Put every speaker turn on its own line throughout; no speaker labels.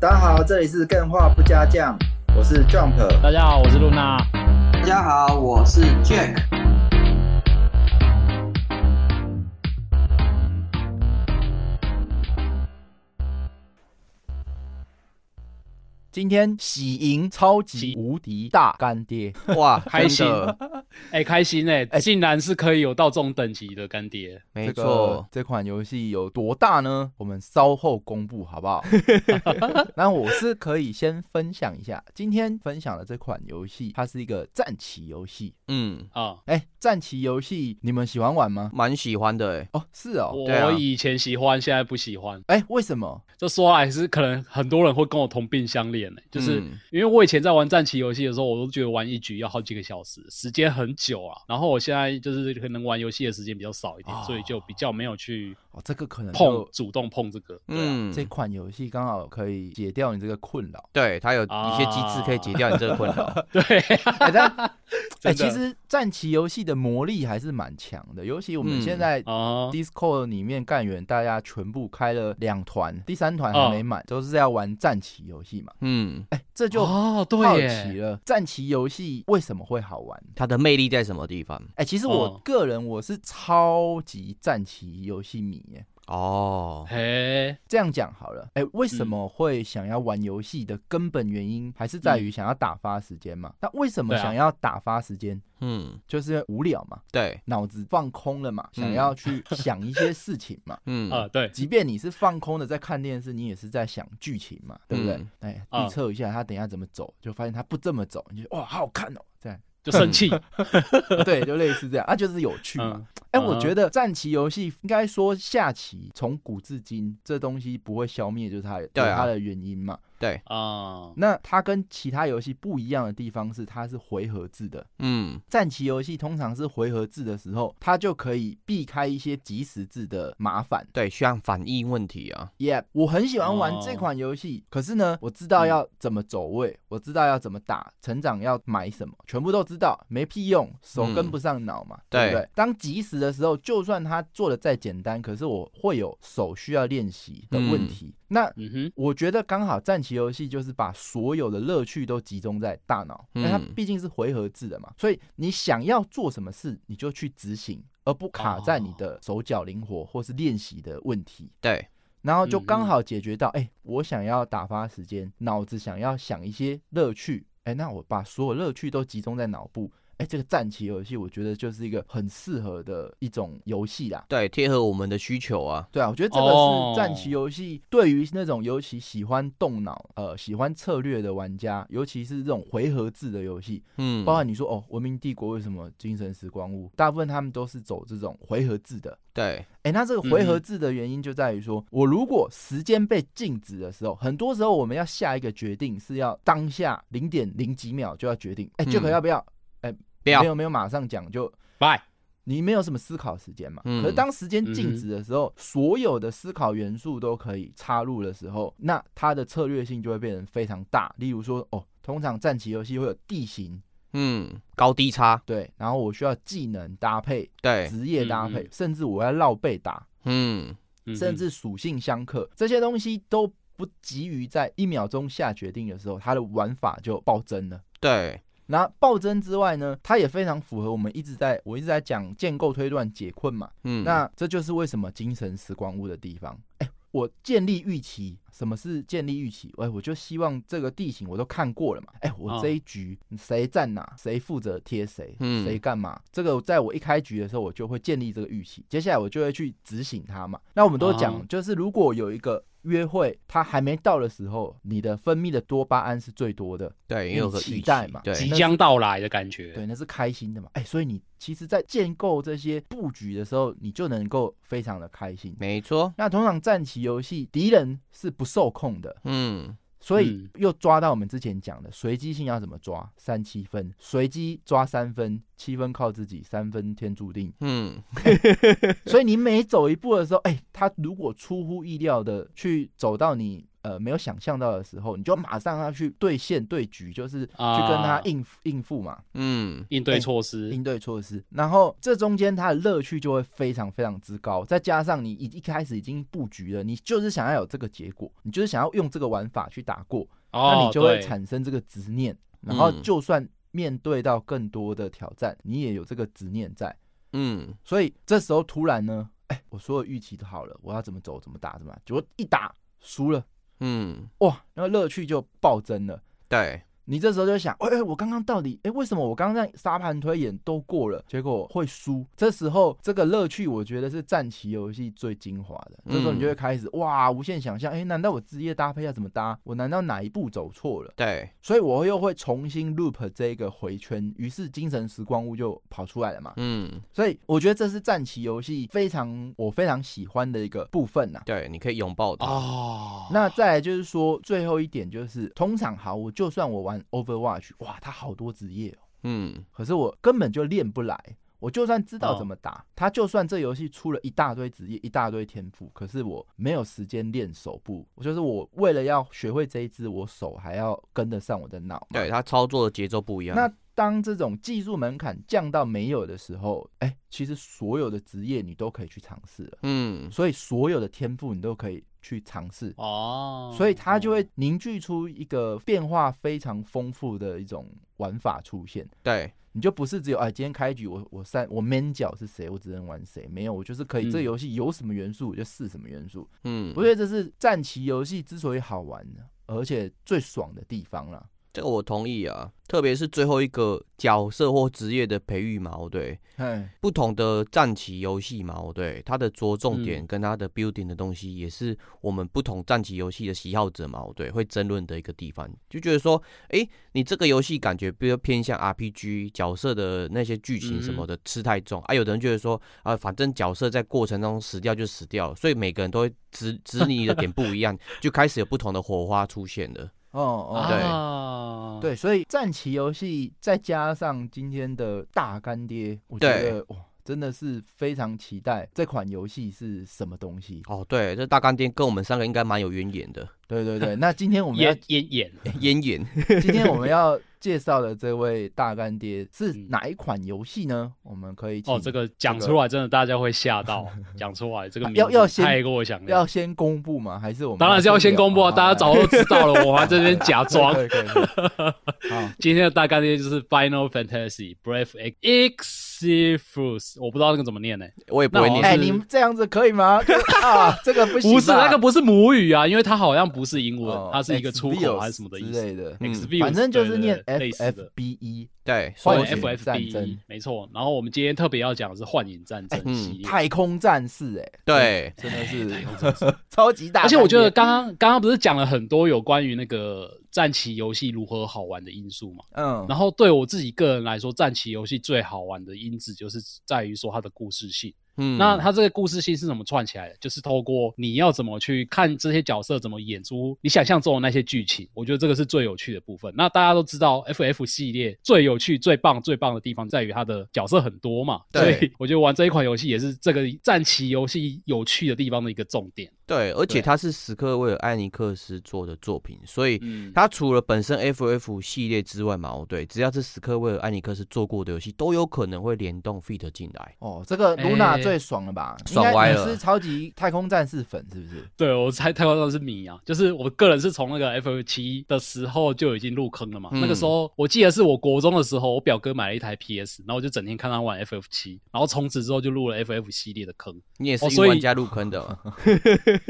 大家好，这里是更画不加酱，我是 Jump。
大家好，我是露娜。
大家好，我是 Jack。
今天喜迎超级无敌大干爹，
哇，
开心
真的，
哎、开心哎、
哎
竟然是可以有到这种等级的干爹，
没
这
错
个，这款游戏有多大呢？我们稍后公布，好不 好？那我是可以先分享一下，今天分享的这款游戏，它是一个战棋游戏。
嗯，
啊、
哎，战棋游戏你们喜欢玩吗？
蛮喜欢的哎，
哦，是哦。
我、
对啊
我以前喜欢，现在不喜欢。
哎，为什么？
这说来是可能很多人会跟我同病相怜呢、就是
嗯
因为我以前在玩战棋游戏的时候，我都觉得玩一局要好几个小时，时间很久啊。然后我现在就是可能玩游戏的时间比较少一点，
哦
所以就比较没有去
哦，这个可能
碰
就
主动碰这个。对啊、
嗯，
这款游戏刚好可以解掉你这个困扰。
对，它有
啊
一些机制可以解掉你这个困 扰，
哎，但
真的
哎，其实战棋游戏的魔力还是蛮强的，尤其我们
嗯
现在
啊
Discord 里面干员大家全部开了两团，第三团还没满，都是要玩战棋游戏嘛。
哦嗯，
哎，这就好
哦，对
奇
耶，
了，战棋游戏为什么会好玩？
它的魅力在什么地方？
哎，其实我
哦
个人我是超级战棋游戏迷耶。
哦，
嘿，
这样讲好了，哎，为什么会想要玩游戏的根本原因，还是
嗯
在于想要打发时间嘛？那为什么
对啊
想要打发时间？
嗯，
就是无聊嘛，
对，
脑子放空了嘛，想
嗯
要去想一些事情 嘛。
嗯，
啊，对，
即便你是放空的在看电视，你也是在想剧情嘛，对不对
嗯？
哎、
啊
预测一下他等一下怎么走，就发现他不这么走，你就哇，好好看哦，这样，
就生 气，
对，就类似这样，啊，就是有趣嘛
嗯。，
哎、
嗯
我觉得战棋游戏应该说下棋从古至今这东西不会消灭，就是它有
对啊
它的原因嘛。
对，
啊，
那它跟其他游戏不一样的地方是，它是回合制的。
嗯，
战棋游戏通常是回合制的时候，它就可以避开一些即时制的麻烦。
对，像反应问题啊，
Yeah，我很喜欢玩
哦
这款游戏，可是呢，我知道要怎么走位，我知道要怎么打，成长要买什么，全部都知道，没屁用，手
嗯
跟不上脑嘛，
对
对不对？当及时的时候，就算他做的再简单，可是我会有手需要练习的问题。那
嗯哼，
我觉得刚好战棋游戏就是把所有的乐趣都集中在大脑，因为它
嗯
毕竟是回合制的嘛，所以你想要做什么事，你就去执行，而不卡在你
哦
的手脚灵活或是练习的问题。
对，
然后就
嗯
刚
嗯
好解决到，哎、我想要打发时间，脑子想要想一些乐趣，哎、那我把所有乐趣都集中在脑部，哎、这个战棋游戏我觉得就是一个很适合的一种游戏啦。
对，贴合我们的需求啊，
对啊，我觉得这个
哦
是战棋游戏对于那种尤其喜欢动脑、呃喜欢策略的玩家，尤其是这种回合制的游戏，
嗯，
包含你说哦，《文明帝国》为什么《精神时光屋》，大部分他们都是走这种回合制的，
对，嗯
哎、那这个回合制的原因就在于说，我如果时间被静止的时候，很多时候我们要下一个决定是要当下零点零几秒就要决定，哎、
嗯
就可要不要？
不要
没，有没有马上讲，就
拜，
你没有什么思考时间嘛。
嗯
可是当时间静止的时候，所有的思考元素都可以插入的时候，那它的策略性就会变成非常大。例如说，哦，通常战棋游戏会有地形，
嗯，高低差，
对，然后我需要技能搭配、
对，
职业搭配，
嗯嗯
甚至我要绕背打。
嗯，
嗯哼
甚至属性相克，这些东西都不急于在一秒钟下决定的时候，它的玩法就暴增了。
对，
那暴增之外呢，它也非常符合我们一直在我一直在讲建构推断解困嘛。
嗯，
那这就是为什么精神时光屋的地方。哎，我建立预期，什么是建立预期？哎，我就希望这个地形我都看过了嘛。哎，我
嗯
这一局谁站哪，谁负责贴谁，
嗯
谁干嘛，这个在我一开局的时候我就会建立这个预期，接下来我就会去执行它嘛。那我们都讲
嗯，
就是如果有一个。约会，它还没到的时候，你的分泌的多巴胺是最多的，
对，也
因为
有
你
个
期
预
待
期
嘛
对
即，将到来的感觉，
对，那是开心的嘛。哎、所以你其实，在建构这些布局的时候，你就能够非常的开心。
没错，
那通常战棋游戏敌人是不受控的，
嗯，
所以
嗯
又抓到我们之前讲的随机性要怎么抓，三七分，随机抓三分，七分靠自己，三分天注定。
嗯，
所以你每走一步的时候，哎、他如果出乎意料的去走到你呃没有想象到的时候，你就马上要去对线对局，就是去跟
啊
他应付应付嘛。
嗯
应对措施，
应对措施，然后这中间它的乐趣就会非常非常之高，再加上你一一开始已经布局了，你就是想要有这个结果，你就是想要用这个玩法去打过，那
哦，
你就会
对
产生这个执念，然后
嗯
就算面对到更多的挑战，你也有这个执念在，
嗯
所以这时候突然呢，哎，我所有预期都好了，我要怎么走怎么打怎么打，结果一打输了，
嗯，
哇，那个乐趣就暴增了。
对，
你这时候就想，哎、哎我刚刚到底，哎、为什么我刚刚这样沙盘推演都过了，结果会输？这时候这个乐趣，我觉得是战棋游戏最精华的。
嗯
这时候你就会开始哇，无限想象，哎、难道我职业搭配要怎么搭？我难道哪一步走错了？
对，
所以我又会重新 loop 这个回圈，于是精神时光屋就跑出来了嘛。
嗯，
所以我觉得这是战棋游戏非常我非常喜欢的一个部分呐、
对，你可以拥抱它。
哦，
那再来就是说，最后一点就是，通常好，我就算我玩 Overwatch，哇，它好多职业哦，
嗯
可是我根本就练不来。我就算知道
哦
怎么打，它就算这游戏出了一大堆职业、一大堆天赋，可是我没有时间练手部。我就是我为了要学会这一支，我手还要跟得上我的脑嘛。
对，啊它操作的节奏不一样。
那当这种技术门槛降到没有的时候，哎、其实所有的职业你都可以去尝试了，
嗯
所以所有的天赋你都可以去尝试。
哦，
所以它就会凝聚出一个变化非常丰富的一种玩法出现。
对，
你就不是只有哎，今天开局我我三我 man 角是谁，我只能玩谁，没有，我就是可以、
嗯
这个游戏有什么元素我就试什么元素。
嗯，
我觉得这是战棋游戏之所以好玩的，而且最爽的地方了。
这个我同意啊，特别是最后一个角色或职业的培育嘛，哦对，
哎，
不同的战棋游戏嘛，哦对，它的着重点
嗯
跟它的 building 的东西，也是我们不同战棋游戏的喜好者嘛，哦对，会争论的一个地方，就觉得说，诶，你这个游戏感觉比较偏向 RPG 角色的那些剧情什么的吃太重、啊，有的人觉得说，啊，反正角色在过程中死掉就死掉了，所以每个人都会指指你的点不一样，就开始有不同的火花出现了，
哦哦，
对
啊
对，所以战棋游戏再加上今天的大干爹，我觉
对
得哇，真的是非常期待这款游戏是什么东西。
哦，对，这大干爹跟我们三个应该蛮有渊源的，
对对对，那今天我们要
演演演
渊源。
今天我们要介绍的这位大干爹是哪一款游戏呢？我们可以请
嗯 哦，这个讲出来真的大家会吓到，讲出来这个
啊
名
要
字
要先
太过想
要先公布吗？还是我们哦
当然是要先公布啊，大家早就知道了，我 还在这边假 装。
对对对，对好，
今天的大概念就是 Final Fantasy Brave Exifus，我不知道那个怎么念呢、
我也不会
那我
念。
哎，
是
你们这样子可 以吗？啊，这个不行吧，
不是那个不是母语啊，因为它好像不是英文，
哦
它是一个出口啊
Xvideos
还是什么的意
之
思。
类的，
嗯
Xvideos，
反正就是
对对
念
对
F
类似
F
的。
B E，
对，所
换
对
以
影
F
幻
F
战
B
争
没错，然后我们今天特别要讲的是《幻影战争
哎》嗯
系列，
太空战士，哎，
对
真的
哎
是超级大干爹，
而且我觉得刚刚刚刚不是讲了很多有关于那个战棋游戏如何好玩的因素嘛？
嗯，
然后对我自己个人来说，战棋游戏最好玩的因子就是在于说它的故事性。
嗯
那它这个故事性是怎么串起来的？就是透过你要怎么去看这些角色怎么演出你想象中的那些剧情，我觉得这个是最有趣的部分。那大家都知道，FF 系列最有趣、最棒、最棒的地方在于它的角色很多嘛，所
对
以我觉得玩这一款游戏也是这个战棋游戏有趣的地方的一个重点。
对，而且
对
它是史克威尔艾尼克斯做的作品，所以
嗯，
它除了本身 FF 系列之外嘛，哦对，只要是史克威尔艾尼克斯做过的游戏，都有可能会联动 fit 进来。
哦，这个露娜
哎
最爽了吧？应
爽
该
歪
你
了
是超级太空战士粉是不是？
对我猜太夸张是米啊，就是我个人是从那个 FF 七的时候就已经入坑了嘛。
嗯
那个时候我记得是我国中的时候，我表哥买了一台 PS，然后我就整天看他玩 FF 七，然后从此之后就入了 FF 系列的坑。
你也是
哦
因
所
为
以
玩家入坑的 嘛，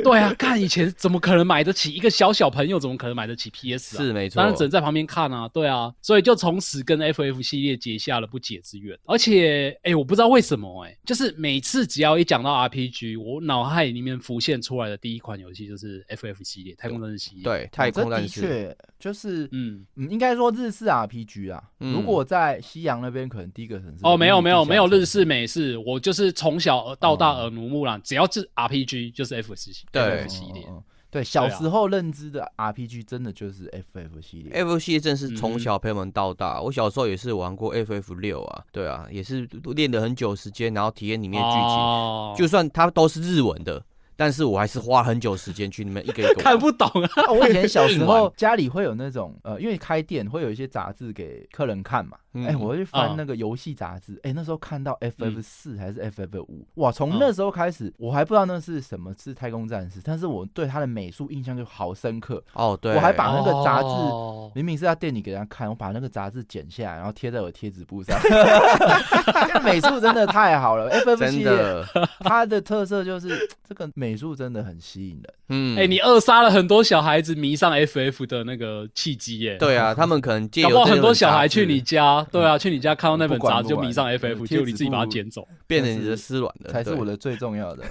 对啊，看以前怎么可能买得起一个小小朋友，怎么可能买得起 PS 啊？
是没错
当。然只能在旁边看啊，对啊，所以就从此跟 FF 系列结下了不解之缘。而且，哎、我不知道为什么、哎，就是每次只要一讲到 RPG，我脑海里面浮现出来的第一款游戏就是 FF 系列《太空战士》系列。，
对，太空
哦这的
战士，
确就是，嗯，
嗯，
应该说日式 RPG 啊。
嗯
如果在西洋那边，可能第一个城市嗯
哦，没有没有没有日式
美，
美式，我就是从小到大
哦
耳濡目染，只要是 RPG 就是 FF 系
嗯对哦
FF 系列
嗯。嗯嗯对，小
对啊
时候认知的 RPG 真的就是 FF 系列。
FF 系列真是
嗯
从小陪我们到大。我小时候也是玩过 FF 六啊，对啊，也是练了很久时间，然后体验里面的剧情。
哦
就算它都是日文的，但是我还是花很久时间去那边一个一个玩
看不懂啊，
哦我以前小时
硬玩
候家里会有那种呃，因为开店会有一些杂志给客人看嘛，哎、
嗯
我会去
啊
翻那个游戏杂志，哎、那时候看到 FF
嗯
四还是 FF 五、哇，从那时候开始，我还不知道那是什么是太空战士，但是我对它的美术印象就好深刻，
哦，对，
我还把那个杂志
哦
明明是要店里给人家看，我把那个杂志剪下来，然后贴在我的贴纸布上。 因为美术真的太好 了，FF
真
系列
的，
它的特色就是这个美术真的很吸引人。
嗯，
哎、你扼杀了很多小孩子迷上 FF 的那个契机耶。，
对啊，他们可能借
搞
由
不好
这
很多
种
小
杂
孩去
志
你家，对啊，去你家看到那本
嗯不管
杂志就
不管
迷上
嗯
FF，结
贴纸
果你自己把它
布
捡走。
变成你的私卵了，
才是
对
我的最重要 的。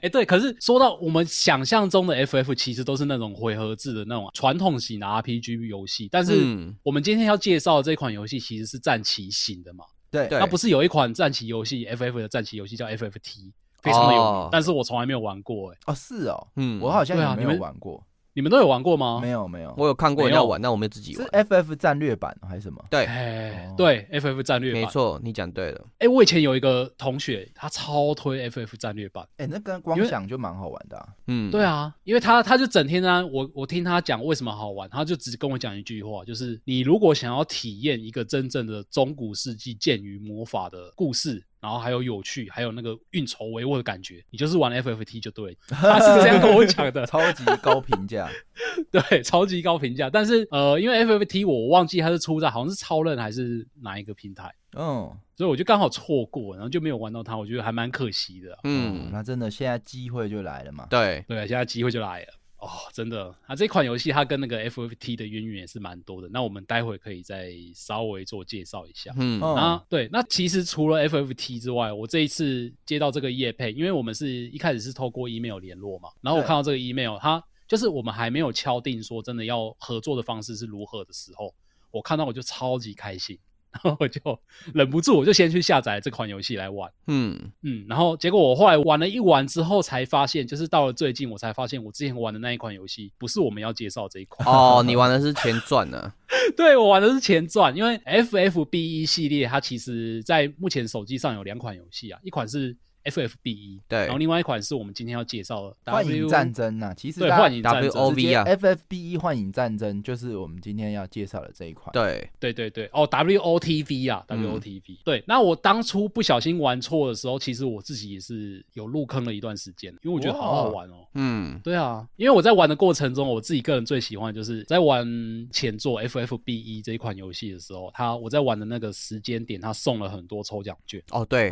哎、对，可是说到我们想象中的 FF，其实都是那种回合制的那种传统型的 RPG 游戏，但是
嗯
我们今天要介绍的这款游戏其实是战棋型的嘛？
对
对
它不是有一款战棋游戏 FF 的战棋游戏叫 FFT，非常的有名，
哦
但是我从来没有玩过、哎，
哦，是哦，
嗯
我好像
对啊
也没
你
有
们
玩过，
你们都有玩过吗？
没有没有，
我有看过
没
人家
有
玩，那我们自己
是
玩。
FF 战略版还是什么？
对，
哎、
哦
对，FF 战略版，
没错，你讲对了。
哎、我以前有一个同学，他超推 FF 战略版。
哎，那跟光
因为
想就蛮好玩的啊。
嗯，
对啊，因为他他就整天呢、我我听他讲为什么好玩，他就只跟我讲一句话，就是你如果想要体验一个真正的中古世纪剑与魔法的故事。然后还有有趣，还有那个运筹帷幄的感觉，你就是玩 FFT 就对了。他是这样跟我讲的，
超级高评价。
对，超级高评价。但是呃，因为 FFT 我忘记它是出在好像是超任还是哪一个平台，
嗯
所以我就刚好错过，然后就没有玩到它，我觉得还蛮可惜的啊、
嗯，
嗯，
那真的现在机会就来了嘛。
对，
对，现在机会就来了哦，真的啊！这款游戏它跟那个 FFT 的渊源也是蛮多的，那我们待会可以再稍微做介绍一下。
嗯，
嗯
啊，对，那其实除了 FFT 之外，我这一次接到这个业配，因为我们是一开始是透过 email 联络嘛，然后我
对
看到这个 email，它就是我们还没有敲定说真的要合作的方式是如何的时候，我看到我就超级开心，然后我就忍不住我就先去下载这款游戏来玩。
嗯，
嗯，然后结果我后来玩了一玩之后，才发现，就是到了最近，我才发现我之前玩的那一款游戏不是我们要介绍这一款。
哦，你玩的是前传啊呢？
对我玩的是前传，因为 FFB 一 E 系列它其实在目前手机上有两款游戏啊，一款是 FFB 一，
对
E，然后另外一款是我们今天要介绍的
幻影
W
战争呐，其实
对
大家
幻影战争
WO OV 啊
直接 FFB 幻 E 影战争就是我们今天要介绍的这一款。
对，
对对对，哦，WOTV 啊
嗯
，WOTV、对，那我当初不小心玩错的时候，其实我自己也是有入坑了一段时间，因为我觉得好好
哇
玩哦。
嗯，
对啊，因为我在玩的过程中，我自己个人最喜欢的就是在玩前作 FFB 一 E 这一款游戏的时候，他我在玩的那个时间点，他送了很多抽奖券。
哦，对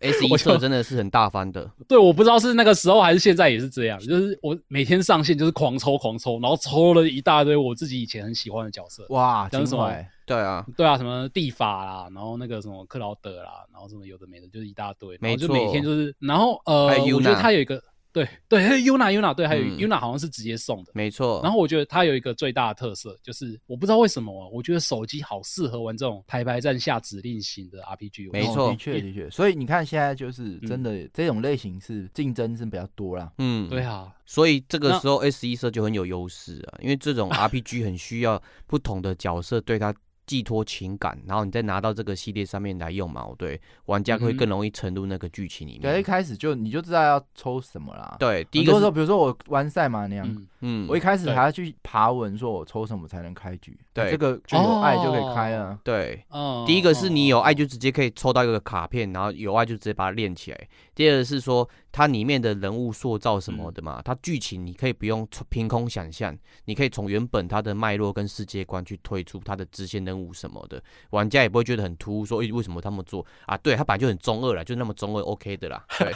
，S 一
我
社
就
真的是很大方的，
对，我不知道是那个时候还是现在也是这样，就是我每天上线就是狂抽狂抽，然后抽了一大堆我自己以前很喜欢的角色。
哇，哦
讲
情
什么
怀
对啊，
对啊，什么地法啦，然后那个什么克劳德啦，然后什么有的没的，就是一大堆，然后就
没错
每天就是，然后呃，
还有
我
Yuna
觉得他有一个对对还有，Yuna Yuna 对，还有
嗯
Yuna 好像是直接送的，
没错。
然后我觉得它有一个最大的特色，就是我不知道为什么、啊，我觉得手机好适合玩这种排排站下指令型的 RPG 游戏。
没
哦
错
的确的确，所以你看现在就是真的这种类型是竞争是比较多啦。
嗯，
对啊，
所以这个
那
时候 S 一社就很有优势啊，因为这种 RPG 很需要不同的角色对他寄托情感，然后你再拿到这个系列上面来用嘛，对，玩家会
嗯哼
更容易沉入那个剧情里
对，一
面。
开始就你就知道要抽什么
嗯
啦。，
对，第
第
一
一个
个
时候，
是
比如说我玩赛马娘，
嗯，
嗯，
我一开始
对
还要去爬文，说我抽什么才能开局。
对
这个就有爱就可以开啊了。
对。
哦
第一个是你有爱就直接可以抽到一个卡片，然后有爱就直接把它练起来。第二个是说它里面的人物塑造什
嗯
么的嘛，它剧情你可以不用从凭空想象，你可以从原本它的脉络跟世界观去推出它的支线任务什么的，玩家也不会觉得很突兀，说诶、为什么他们做啊？对，它本来就很中二了，就那么中二，OK 的啦。对，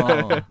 哦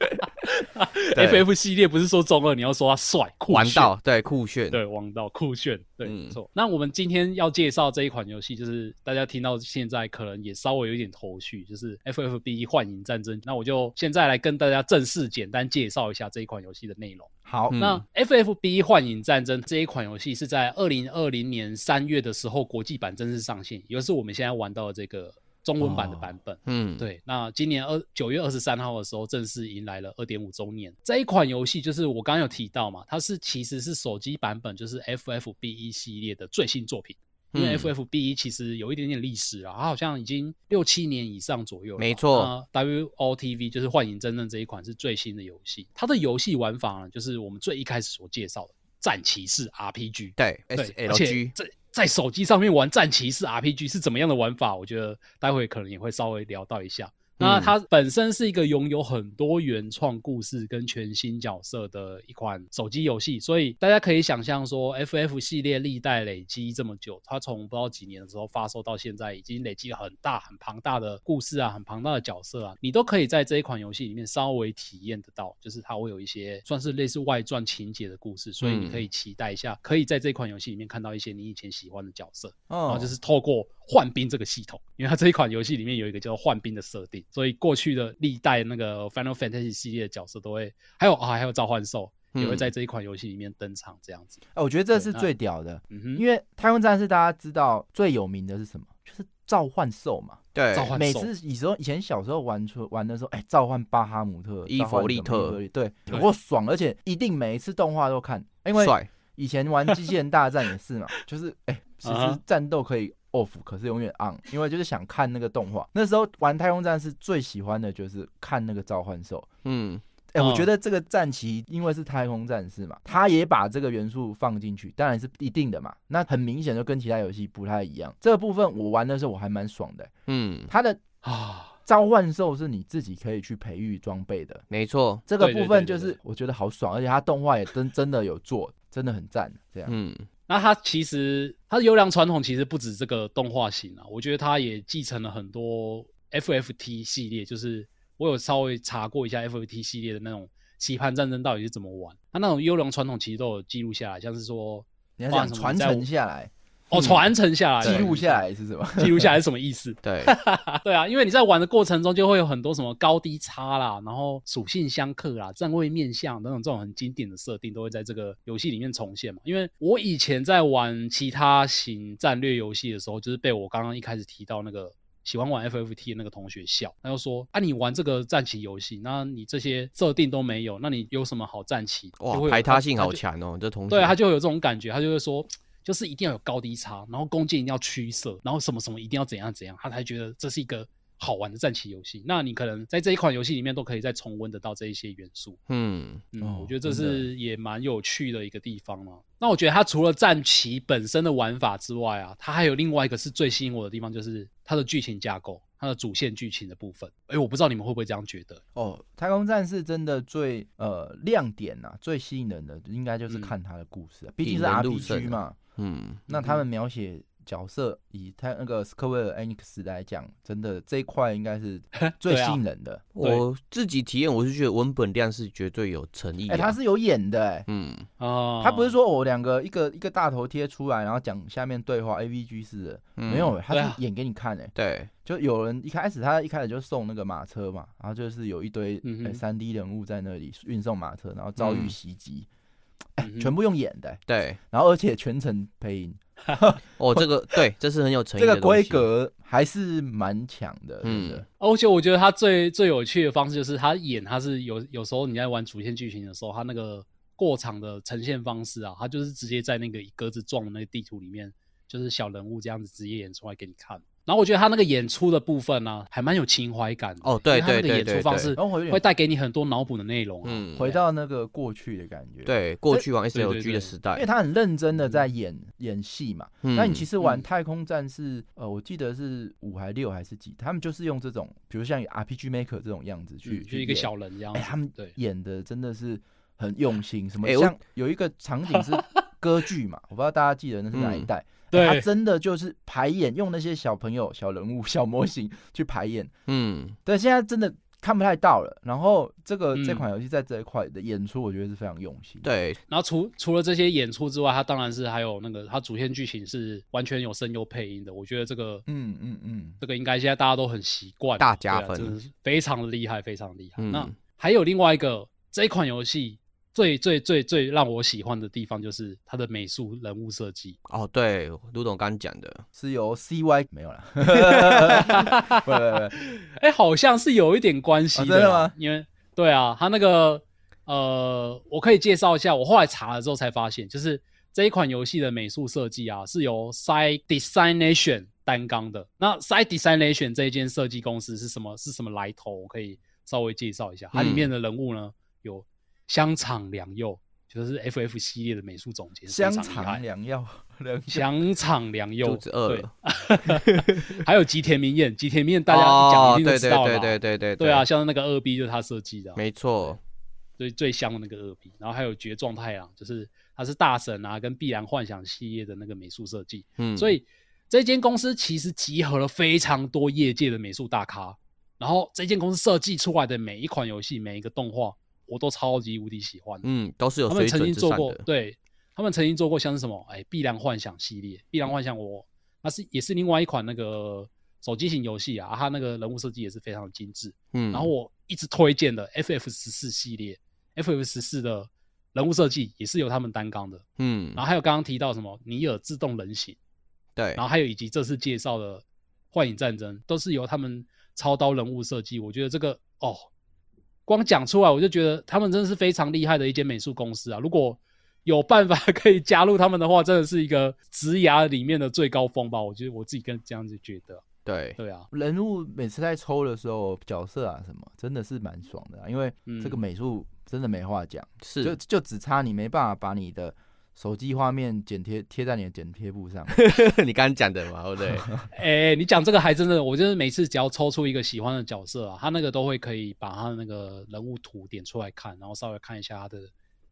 对
FF 系列不是说中二，你要说他帅酷
玩
炫
到对酷炫，
对王道酷炫，对，
嗯
没错。那我们今天要介绍这一款游戏，就是大家听到现在可能也稍微有一点头绪，就是 FFB 幻影战争。那我就现在来跟大家正式简单介绍一下这一款游戏的内容。
好，
嗯
那 FFB 幻影战争这一款游戏是在二零二零年三月的时候国际版正式上线，也就是我们现在玩到的这个中文版的版本。
嗯，
对，那今年二九月二十三号的时候，正式迎来了二点五周年。这一款游戏就是我刚刚有提到嘛，它是其实是手机版本，就是 FFB 一系列的最新作品。因为
嗯
FFB 其实有一点点历史啊了，它好像已经六七年以上左右了吧。
没错
那 WOTV 就是《幻影真正》这一款是最新的游戏，它的游戏玩法呢，就是我们最一开始所介绍的战棋式 RPG。
对
对，而且
，SLG，
在在手机上面玩战棋式 RPG 是怎么样的玩法？我觉得待会可能也会稍微聊到一下。那
嗯
它本身是一个拥有很多原创故事跟全新角色的一款手机游戏，所以大家可以想象说，FF 系列历代累积这么久，它从不知道几年的时候发售到现在，已经累积了很大、很庞大的故事啊，很庞大的角色啊，你都可以在这一款游戏里面稍微体验得到，就是它会有一些算是类似外传情节的故事，所以你
嗯
可以期待一下，可以在这款游戏里面看到一些你以前喜欢的角色。然
哦
后就。是透过换兵这个系统，因为它这一款游戏里面有一个叫换兵的设定，所以过去的历代那个 Final Fantasy 系列的角色都会，还有啊还有召唤兽也会
嗯
在这一款游戏里面登场这样子。
哎，我觉得这
对
是
那
最屌的，
嗯哼，
因为太空战士大家知道最有名的是什么？就是召唤兽嘛。
对，
召唤
每
兽
次以前以前小时候玩出玩的时候，哎、召唤巴哈姆特、
伊
召唤
佛利
什么
特
伊佛利对，
对
有够爽，而且一定每一次动画都看，因为
帅，
以前玩机器人大战也是嘛， 就是哎、其
啊
实
哈
战斗可以 off，可是永远 on，因为就是想看那个动画。那时候玩太空战士最喜欢的就是看那个召唤兽，
嗯，
哎、我
嗯
觉得这个战旗因为是太空战士嘛，它也把这个元素放进去，当然是一定的嘛。那很明显就跟其他游戏不太一样。这个部分我玩的时候我还蛮爽的、
嗯，
它的
啊，
召唤兽是你自己可以去培育装备的，
没错，
这个
对对
部分
对
就
对
是我觉得好爽，而且它动画也真真的有做，真的很赞。这样，
嗯，
那它其实它的优良传统其实不止这个动画型啊，我觉得它也继承了很多 FFT 系列，就是我有稍微查过一下 FFT 系列的那种棋盘战争到底是怎么玩，它那种优良传统其实都有记录下来，像是说。
你要讲
哇什么
传
你在
承下来、
哦，传承下来，
记录下来是什么？
记录下来是什么意思？
对，
对啊，因为你在玩的过程中就会有很多什么高低差啦，然后属性相克啦、站位面向等等这种很经典的设定都会在这个游戏里面重现嘛。因为我以前在玩其他型战略游戏的时候，就是被我刚刚一开始提到那个。喜欢玩 FFT 的那个同学笑，他就说：“啊，你玩这个战棋游戏，那你这些设定都没有，那你有什么好战棋？”就会
哇，
有
排他性好
就
强哦，这同学，
对，他就有这种感觉，他就会说，就是一定要有高低差，然后弓箭一定要趋色，然后什么什么一定要怎样怎样，他才觉得这是一个好玩的战棋游戏。那你可能在这一款游戏里面都可以再重温得到这一些元素。
嗯，
嗯，
哦
我觉得这
真的
是也蛮有趣的一个地方嘛。那我觉得它除了战棋本身的玩法之外啊，它还有另外一个是最吸引我的地方，就是它的剧情架构，它的主线剧情的部分。哎，我不知道你们会不会这样觉得？
哦，太空战士真的最呃亮点呐、最吸引人的应该就是
嗯
看它的故事、啊，毕竟
引
是
人入胜
RPG
啊
嘛。
嗯，
那
嗯
他们描写角色以他那个斯科威尔 Enix 来讲，真的这一块应该是最
对啊
吸引人的。
我自己体验，我是觉得文本亮是绝对有诚意
哎、
啊，
他是有演的、哎、
嗯，
啊，
他不是说我两个一个一个大头贴出来，然后讲下面对话 A V G 式的，
嗯
没有、哎他
对啊
是演给你看、哎、
对，
就有人一开始他一开始就送那个马车嘛，然后就是有一堆哎
嗯哼
三 D 人物在那里运送马车，然后遭遇
嗯
袭击，
嗯哼
全部用演的、哎
对，
然后而且全程配音，
哦，这个对，这是很有诚意
这
的
个规
东西，
格还是蛮强的，真的。
嗯
而且我觉得他最最有趣的方式就是他演，他是有有时候你在玩主线剧情的时候，他那个过场的呈现方式啊，他就是直接在那个一格子状的那个地图里面，就是小人物这样子直接演出来给你看。然后我觉得他那个演出的部分呢、啊还蛮有情怀感的
哦对
因为他那个
对对
演出
对
方
对
式
然后我有点
会带给你很多脑补的内容啊。
嗯，
回到那个过去的感觉。，
对过去玩
对对
SLG
对
的时代，
因为他很认真的在演、演戏嘛。
嗯
那你其实玩
嗯
太空战士，呃，我记得是五还六还是几，他们就是用这种，比如像 RPG Maker 这种样子去、
嗯就
去
一个
演
小人这样子
哎、，他们
对，
演的真的是很用心。什么
哎我
像有一个场景是歌剧嘛，我不知道大家记得那是哪一
嗯
代。
对
哎他真的就是排演，用那些小朋友、小人物、小模型去排演。
嗯，
但现在真的看不太到了。然后这个、这
嗯
款游戏在这一块的演出，我觉得是非常用心。
对，
然后除除了这些演出之外，它当然是还有那个它主线剧情是完全有声优配音的，我觉得这个
嗯嗯嗯，
这个应该现在大家都很习惯，
大加
对啊
分
真的是非常的厉害，非常厉害。
嗯
那还有另外一个这一款游戏最最最最让我喜欢的地方，就是它的美术人物设计。
哦，对，卢董刚讲的，
是由 CY 没有啦， 不不不，
哎、好像是有一点关系
哦真的
啦
吗
因为对啊，他那个呃，我可以介绍一下，我后来查了之后才发现，就是这一款游戏的美术设计啊，是由 Side Designation 担纲的。那 Side Designation 这一间设计公司是什么？是什么来头？我可以稍微介绍一
嗯
下。它里面的人物呢，有香肠良佑，就是 FF 系列的美术总监，非
香
常厉害
肠良药，良药
香肠良佑，
肚子饿
对
了，
还有吉田明彦，吉田明彦大家一讲
哦
一定
对
都知
对
道了
对
嘛，
对对对
对啊，，像那个二 B 就是他设计的啊、
没错，
最最香的那个二 B，然后还有绝状太郎，就是他是大神啊，跟必然幻想系列的那个美术设计，
嗯，
所以这间公司其实集合了非常多业界的美术大咖，然后这间公司设计出来的每一款游戏、每一个动画，我都超级无敌喜欢的。
嗯都是有
他
水
们曾
准
经
之
做
上
过，
的，
对他们曾经做过像是什么，哎，《碧蓝幻想》系列，《碧蓝幻想我》那是也是另外一款那个手机型游戏啊，啊它那个人物设计也是非常精致。
嗯，
然后我一直推荐的 FF 十四系列，FF 十四的人物设计也是由他们担纲的。
嗯
然后还有刚刚提到什么尼尔自动人形，
对
然，后还有以及这次介绍的《幻影战争》，都是由他们操刀人物设计。我觉得这个哦，光讲出来我就觉得他们真的是非常厉害的一间美术公司啊！如果有办法可以加入他们的话，真的是一个职涯里面的最高峰吧。我觉得我自己跟这样子觉得，
对，，
对啊，
人物每次在抽的时候，角色啊什么，真的是蛮爽的、啊，因为
嗯
这个美术真的没话讲，就是就只差你没办法把你的手机画面剪贴贴在你的剪贴簿上，
你刚刚讲的嘛，对不 对？
哎、你讲这个还真的，我就是每次只要抽出一个喜欢的角色啊，他那个都会可以把他那个人物图点出来看，然后稍微看一下他的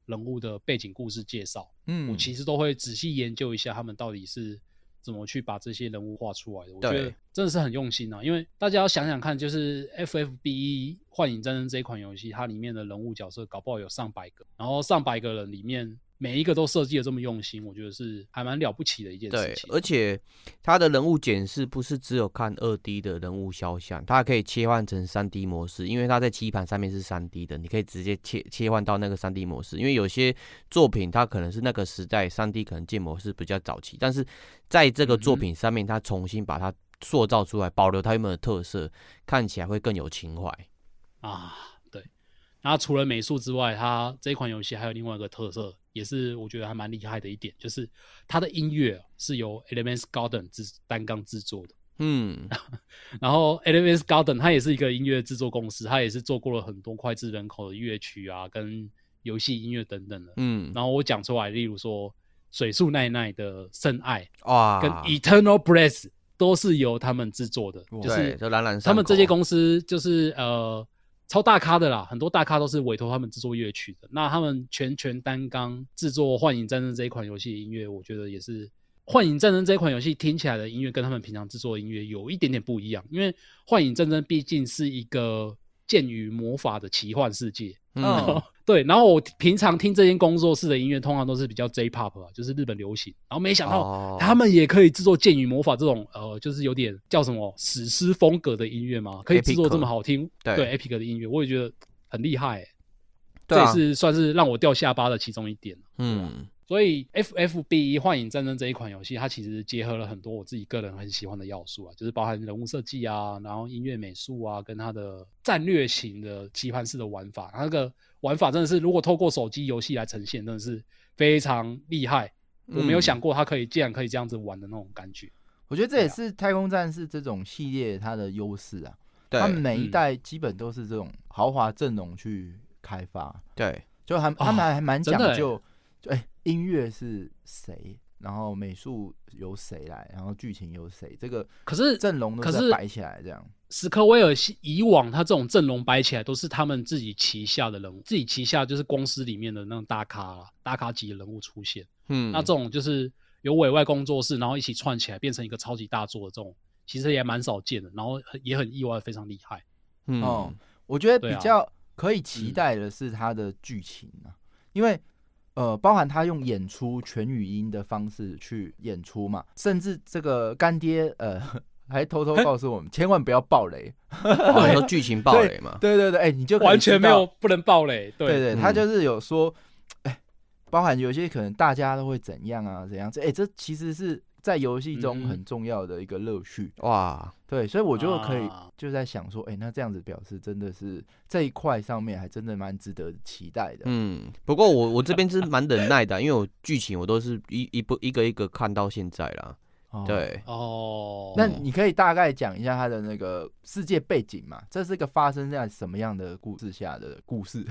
人物的背景故事介绍。我
嗯，
其实都会仔细研究一下他们到底是怎么去把这些人物画出来的。我觉
对
得真的是很用心啊，因为大家要想想看，就是 FFB E 幻影战争这一款游戏，它里面的人物角色搞不好有上百个，然后上百个人里面每一个都设计的这么用心，我觉得是还蛮了不起的一件
对
事，情。
而且它的人物检视不是只有看二 D 的人物肖像，它还可以切换成三 D 模式，因为它在棋盘上面是三 D 的，你可以直接切切换到那个三 D 模式。因为有些作品它可能是那个时代三 D 可能建模是比较早期，但是在这个
嗯
作
哼
品上面，它重新把它塑造出来，保留它原本的特色，看起来会更有情怀。
啊，对。那除了美术之外，它这一款游戏还有另外一个特色，也是我觉得还蛮厉害的一点，就是它的音乐是由 Elements Garden 制单纲制作的。
嗯，
然后 Elements Garden 它也是一个音乐制作公司，它也是做过了很多脍炙人口的乐曲啊，跟游戏音乐等等的。
嗯，
然后我讲出来，例如说水树奈奈的《深爱》
哇，
跟 Eternal Breath 都是由他们制作的，
哇
就是
对，就冉冉
他
上
们这些
口
公司就是呃超大咖的啦，很多大咖都是委托他们制作乐曲的。那他们全权担纲制作《幻影战争》这一款游戏的音乐，我觉得也是《幻影战争》这一款游戏听起来的音乐跟他们平常制作的音乐有一点点不一样，因为《幻影战争》毕竟是一个剑与魔法的奇幻世界。
嗯，
对，然后我平常听这间工作室的音乐，通常都是比较 J-pop 啊，就是日本流行。然后没想到
哦
他们也可以制作《剑与魔法》这种呃，就是有点叫什么史诗风格的音乐吗？可以制作
Epic
这么好听，
对
Epic 的音乐，我也觉得很厉害、欸。
对啊
这也是算是让我掉下巴的其中一点。
嗯
所以 FFB 幻影战争这一款游戏，它其实结合了很多我自己个人很喜欢的要素啊，就是包含人物设计啊，然后音乐美术啊，跟它的战略型的棋盘式的玩法，它那个玩法真的是如果透过手机游戏来呈现，真的是非常厉害。我没有
嗯
想过它可以竟然可以这样子玩的那种感觉。
我觉得这也是太空战士这种系列它的优势啊，
对
他们每一
嗯
代基本都是这种豪华阵容去开发，
对，
就还他们还还蛮
真
讲
的欸
究，就哎、音乐是谁，然后美术由谁来，然后剧情由谁，这个
可是
阵容都
可
在
是
摆起来这样。
史克威尔系以往他这种阵容摆起来都是他们自己旗下的人物，自己旗下就是公司里面的那种大咖啊大咖级的人物出现。
嗯，
那这种就是由委外工作室，然后一起串起来变成一个超级大作的这种，其实也蛮少见的，然后很也很意外，非常厉害。
嗯
哦，我觉得
对
比
啊
较可以期待的是它的剧情啊，因为呃，包含他用演出全语音的方式去演出嘛，甚至这个干爹呃还偷偷告诉我们，千万不要爆雷。
哦，你说剧情暴雷嘛，
对对对，哎、你就可以
完全
知
没
道
有不能爆雷，对
对对，他
嗯
就是有说，哎、包含有些可能大家都会怎样啊，怎样这，哎、这其实是在游戏中
嗯
很重要的一个乐趣。
哇，
对，所以我就可以
啊
就在想说，哎、那这样子表示真的是这一块上面还真的蛮值得期待的。
嗯，不过我我这边是蛮忍耐的啊，因为我剧情我都是一一部一个一个看到现在啦。
哦，
对，
哦，
那你可以大概讲一下它的那个世界背景嘛？这是个发生在什么样的故事下的故事？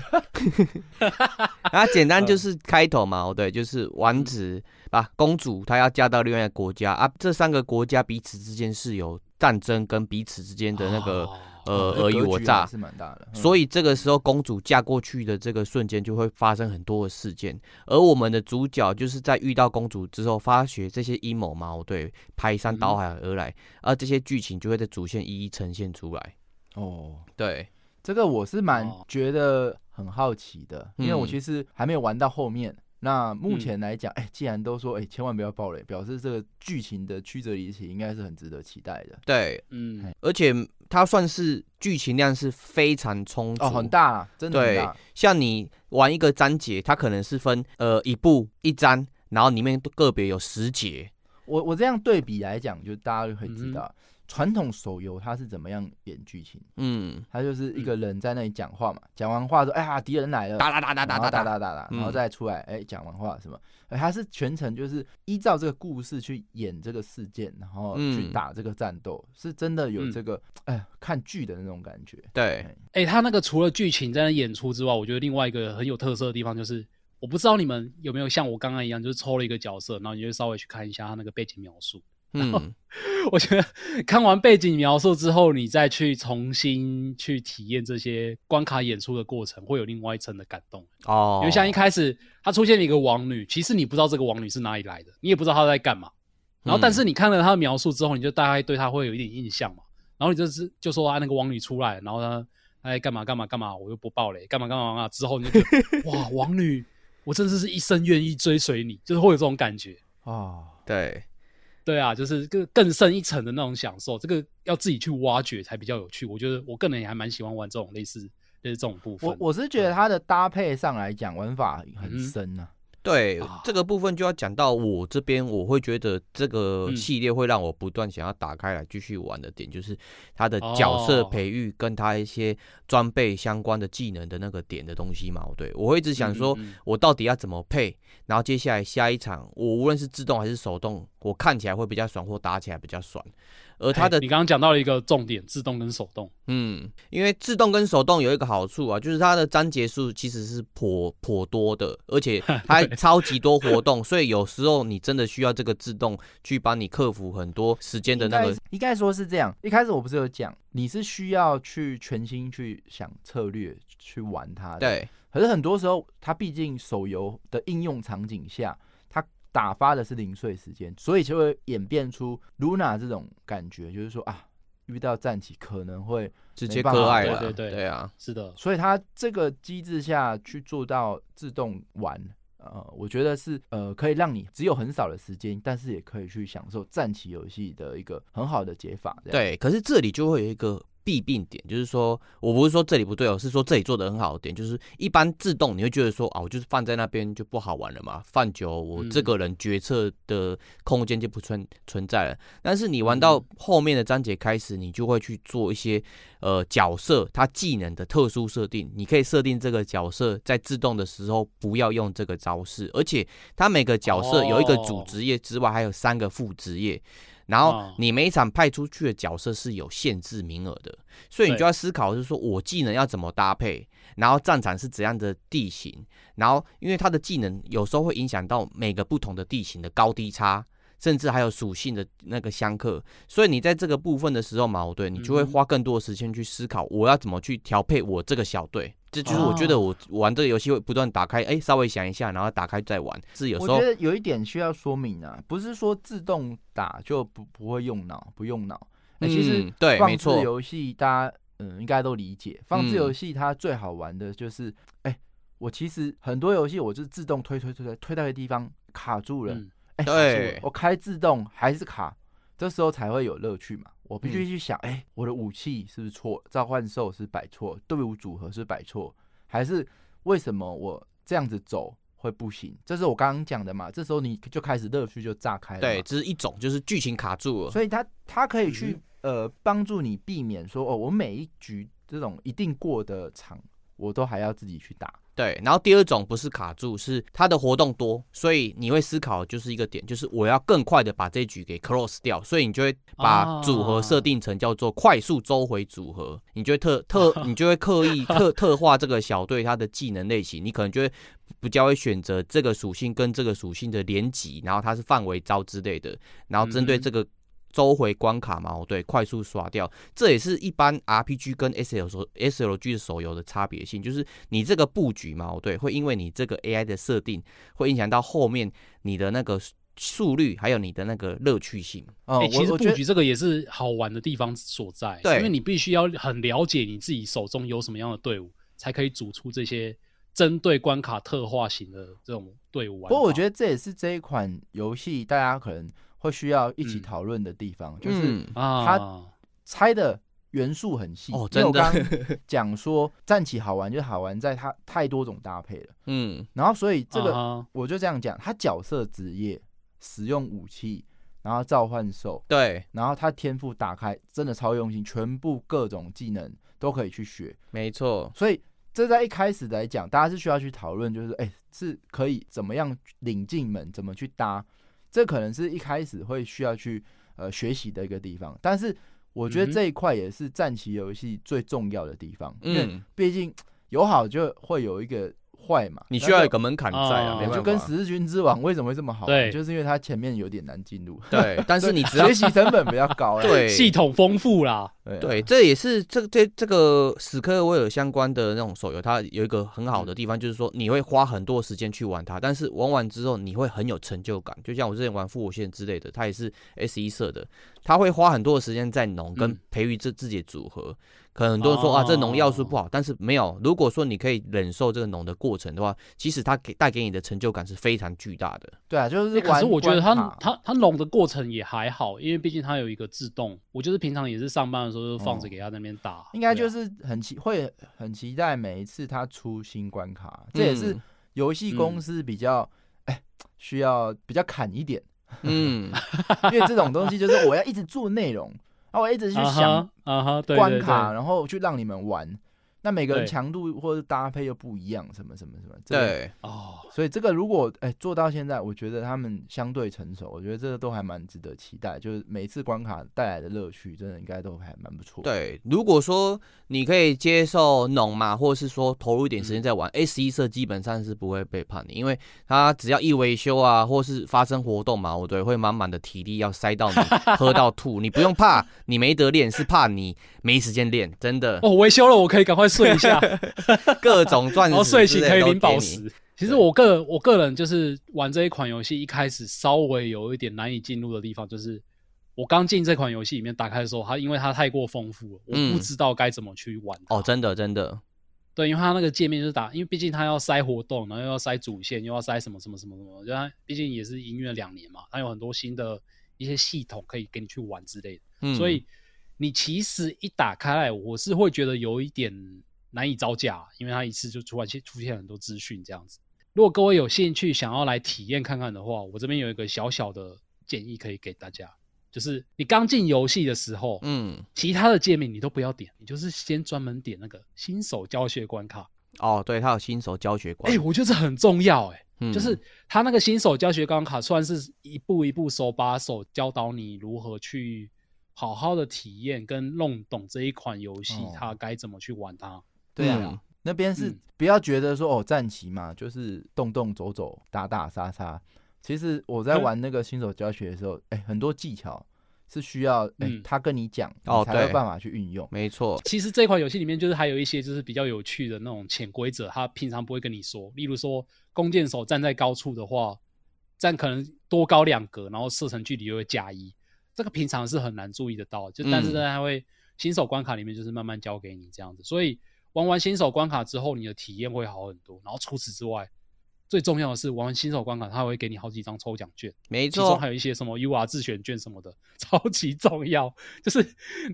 啊，简单就是开头 嘛，哦对，就是王子啊，公主她要嫁到另外一个国家啊，这三个国家彼此之间是有战争跟彼此之间的那个
哦
呃
这
尔虞
格
我
局
诈
还，是蛮大的。嗯
所以这个时候，公主嫁过去的这个瞬间就会发生很多的事件，而我们的主角就是在遇到公主之后，发觉这些阴谋嘛，哦对，排山
嗯
倒海而来，而这些剧情就会在主线一一呈现出来。
哦，
对，
这个我是蛮
哦
觉得很好奇的，因为我
嗯
其实还没有玩到后面。那目前来讲，哎、既然都说，哎、千万不要暴雷，表示这个剧情的曲折离奇应该是很值得期待的。
对，
嗯，
而且它算是剧情量是非常充足，
哦，很大啦，真的很
对
大。
像你玩一个章节，它可能是分呃一部一章，然后里面都个别有十节。
我我这样对比来讲，就大家就可以
嗯
知
哼
道，传统手游它是怎么样演剧情，
嗯，
它就是一个人在那里讲话嘛，讲、完话说，哎呀，敌人来了，
哒哒哒哒
然
哒
后
哒
打
哒，
打打打，然后
嗯
再出来，哎、讲完话什么，哎，他是全程就是依照这个故事去演这个事件，然后去
嗯
打这个战斗，是真的有
嗯
这个，哎、看剧的那种感觉。
对，
哎、他那个除了剧情在那演出之外，我觉得另外一个很有特色的地方就是，我不知道你们有没有像我刚刚一样，就是抽了一个角色，然后你就稍微去看一下他那个背景描述。
嗯，
我觉得看完背景描述之后，你再去重新去体验这些关卡演出的过程，会有另外一层的感动。
哦，
因为像一开始她出现了一个王女，其实你不知道这个王女是哪里来的，你也不知道她在干嘛。
嗯
然后，但是你看了她的描述之后，你就大概对她会有一点印象嘛。然后你就是就说啊，那个王女出来，然后她她在干嘛干嘛干嘛，我又不爆雷，干嘛干嘛干嘛。之后你就觉 得哇，王女，我真的是一生愿意追随你，就是会有这种感觉。
哦，
对，
对啊，就是更更深一层的那种享受，这个要自己去挖掘才比较有趣。我觉得我个人也还蛮喜欢玩这种类似类似这种部分
我
的。
我是
嗯
觉得它的搭配上来讲，玩法很深啊。
对
啊
这个部分就要讲到我这边，我会觉得这个
嗯
系列会让我不断想要打开来继续玩的点，就是它的角色
哦
培育跟它一些装备相关的技能的那个点的东西嘛。对，我会一直想说
嗯嗯嗯
我到底要怎么配，然后接下来下一场我无论是自动还是手动，我看起来会比较爽或打起来比较爽，而它的
哎你刚刚讲到了一个重点，自动跟手动。
嗯，因为自动跟手动有一个好处啊，就是它的章节数其实是颇颇多的，而 且它
对
超级多活动，所以有时候你真的需要这个自动去帮你克服很多时间的
应
那
该
个
是。应该说是这样，一开始我不是有讲，你是需要去全心去想策略去玩它的，
对，
可是很多时候，它毕竟手游的应用场景下，它打发的是零碎时间，所以就会演变出 Luna 这种感觉，就是说啊，遇到战棋可能会，
直接
没办法
割爱了。
对对对
啊，
是的，
所以它这个机制下去做到自动玩。呃，我觉得是呃，可以让你只有很少的时间，但是也可以去享受战棋游戏的一个很好的解法。这样，
对。可是这里就会有一个弊病点，就是说我不是说这里不对哦，是说这里做的很好的点，就是一般自动你会觉得说啊，我就是放在那边就不好玩了嘛，放久了我
嗯
这个人决策的空间就不存存在了。但是你玩到后面的章节开始，你就会去做一些呃角色他技能的特殊设定，你可以设定这个角色在自动的时候不要用这个招式，而且他每个角色有一个主
哦
职业之外，还有三个副职业。然后
哦
你每一场派出去的角色是有限制名额的，所以你
对
就要思考，就是说我技能要怎么搭配，然后战场是怎样的地形，然后因为他的技能有时候会影响到每个不同的地形的高低差，甚至还有属性的那个相克，所以你在这个部分的时候嘛，对你就会
嗯哼
花更多的时间去思考我要怎么去调配我这个小队。这就是
哦
我觉得我玩这个游戏会不断打开，哎、稍微想一下，然后打开再玩。是有
我
时
觉
候
得有一点需要说明啊，不是说自动打就不不会用脑，不用脑。那、其实
嗯对，
放
没
置
错，
游戏大家嗯应该都理解，放置
嗯
游戏它最好玩的就是，哎、我其实很多游戏我是自动推推推推推到一个地方卡住了，
嗯
哎、卡住
对
了我开自动还是卡，这时候才会有乐趣嘛。我必须
嗯
去想，哎、我的武器是不是错？召唤兽是摆错，队伍组合是摆错，还是为什么我这样子走？会不行。这是我刚刚讲的嘛，这时候你就开始乐趣就炸开了。
对，，这是一种，就是剧情卡住了。
所以它它可以
嗯
去、呃帮助你避免说哦，我每一局这种一定过的场，我都还要自己去打。
对，然后第二种不是卡住，是它的活动多，所以你会思考就是一个点，就是我要更快的把这一局给 close 掉，所以你就会
哦
把组合设定成叫做快速周回组合，你就会特 特，你就会刻意特特化这个小队它的技能类型，你可能就会比较会选择这个属性跟这个属性的连级，然后它是范围招之类的，然后针对
嗯哼
这个。周回关卡嘛，哦对，快速刷掉，这也是一般 RPG 跟 SL 手 SLG 的手游的差别性，就是你这个布局嘛，哦对，会因为你这个 AI 的设定，会影响到后面你的那个速率，还有你的那个乐趣性。
哦、
欸其
我
实
我
布
觉得
局这个也是好玩的地方所在，
对
因为你必须要很了解你自己手中有什么样的队伍，才可以组出这些针对关卡特化型的这种队伍玩法。
不过我觉得这也是这一款游戏大家可能会需要一起
嗯
讨论的地方，就是
嗯
啊，
猜的元素很细。
哦
因为
真的
我刚刚讲说战旗好玩，就是好玩在它太多种搭配了。
嗯，
然后所以这个
啊哈
我就这样讲，它角色职业、使用武器，然后召唤兽，
对，
然后它天赋打开真的超用心，全部各种技能都可以去学。
没错，
所以这在一开始来讲，大家是需要去讨论，就是哎、是可以怎么样领进门，怎么去搭，这可能是一开始会需要去呃学习的一个地方。但是我
嗯
觉得
哼
这一块也是战棋游戏最重要的地方，因为
嗯，
毕竟有好就会有一个坏嘛，
你
那
需要
就
有个门槛在啊，
哦
没
对
办法。
就跟十字军之王为什么会这么好玩？
对
就是因为它前面有点难进入，
对，但是你只要
学习成本比较高啦。啊
对
系统丰富啦，
对啊
对，这也是这这这个史克威尔相关的那种手游，它有一个很好的
嗯
地方，就是说你会花很多时间去玩它，但是玩完之后你会很有成就感。就像我之前玩《复活线》之类的，它也是 S 一社的，他会花很多的时间在农跟
嗯
培育这自己的组合。可能很多人说、啊，这农要素
哦
不好，但是没有。如果说你可以忍受这个农的过程的话，其实它给带给你的成就感是非常巨大的。
对啊，就是
欸
玩。
可是我觉得他
关卡
他他拢的过程也还好，因为毕竟他有一个自动，我就是平常也是上班的时候就放着给他那边打，
哦应该
对啊
就是很期会很期待每一次他出新关卡，这也
嗯
是游戏公司比较哎需要比较砍一点，
嗯，
因为这种东西就是我要一直做内容，然后我一直去
啊
想
哈啊哈对
关
对
卡，
对
然后去让你们玩。那每个人
对
强度或者搭配又不一样，什么什么什么，这个
对，
哦，
所以这个如果哎、做到现在，我觉得他们相对成熟，我觉得这个都还蛮值得期待。就是每一次关卡带来的乐趣，真的应该都还蛮不错。，
对，如果说你可以接受农嘛，或者是说投入一点
嗯
时间在玩 S 一社，基本上是不会背叛你，因为它只要一维修啊，或是发生活动嘛，我对会满满的体力要塞到 你喝到吐，你不用怕，你没得练，是怕你没时间练，真的，
哦，维修了，我可以赶快睡一下，
各种钻
然后
石
哦睡
之
醒
类
可以
都
领宝
给你。
石。其实
对
我个我个人就是玩这一款游戏，一开始稍微有一点难以进入的地方，就是我刚进这款游戏里面打开的时候，它因为它太过丰富了，我不
嗯
知道该怎么去玩它。
哦，真的真的，
对，因为它那个界面就是打，因为毕竟它要塞活动，然后又要塞主线，又要塞什么什么什么什么，就它毕竟也是营运了两年嘛，它有很多新的一些系统可以给你去玩之类的，
嗯，
所以你其实一打开来，我是会觉得有一点难以招架，因为它一次就突然现出现很多资讯这样子。如果各位有兴趣想要来体验看看的话，我这边有一个小小的建议可以给大家，就是你刚进游戏的时候，
嗯，
其他的界面你都不要点，你就是先专门点那个新手教学关卡。
哦，对，他有新手教学
哎、
观，
我觉得这很重要、哎、
嗯
就是他那个新手教学关卡，算是一步一步手把手教导你如何去好好的体验跟弄懂这一款游戏
哦，
它该怎么去玩它。
对啊，
嗯
那边是
嗯
不要觉得说哦，战旗嘛，就是动动走走，打打杀杀。其实我在
嗯
玩那个新手教学的时候，哎、很多技巧是需要哎、
嗯
他跟你讲，你
哦
才有
对
办法去运用。
没错，
其实这款游戏里面就是还有一些就是比较有趣的那种潜规则，他平常不会跟你说。例如说，弓箭手站在高处的话，站可能多高两格，然后射程距离又会加一。这个平常是很难注意得到，就但是
嗯
呢，它会新手关卡里面就是慢慢教给你这样子。所以玩完新手关卡之后，你的体验会好很多。然后除此之外，最重要的是玩完新手关卡，它会给你好几张抽奖券。
没
其中
错
还，有一些什么 UR 自选卷什么的， 超级重要。就是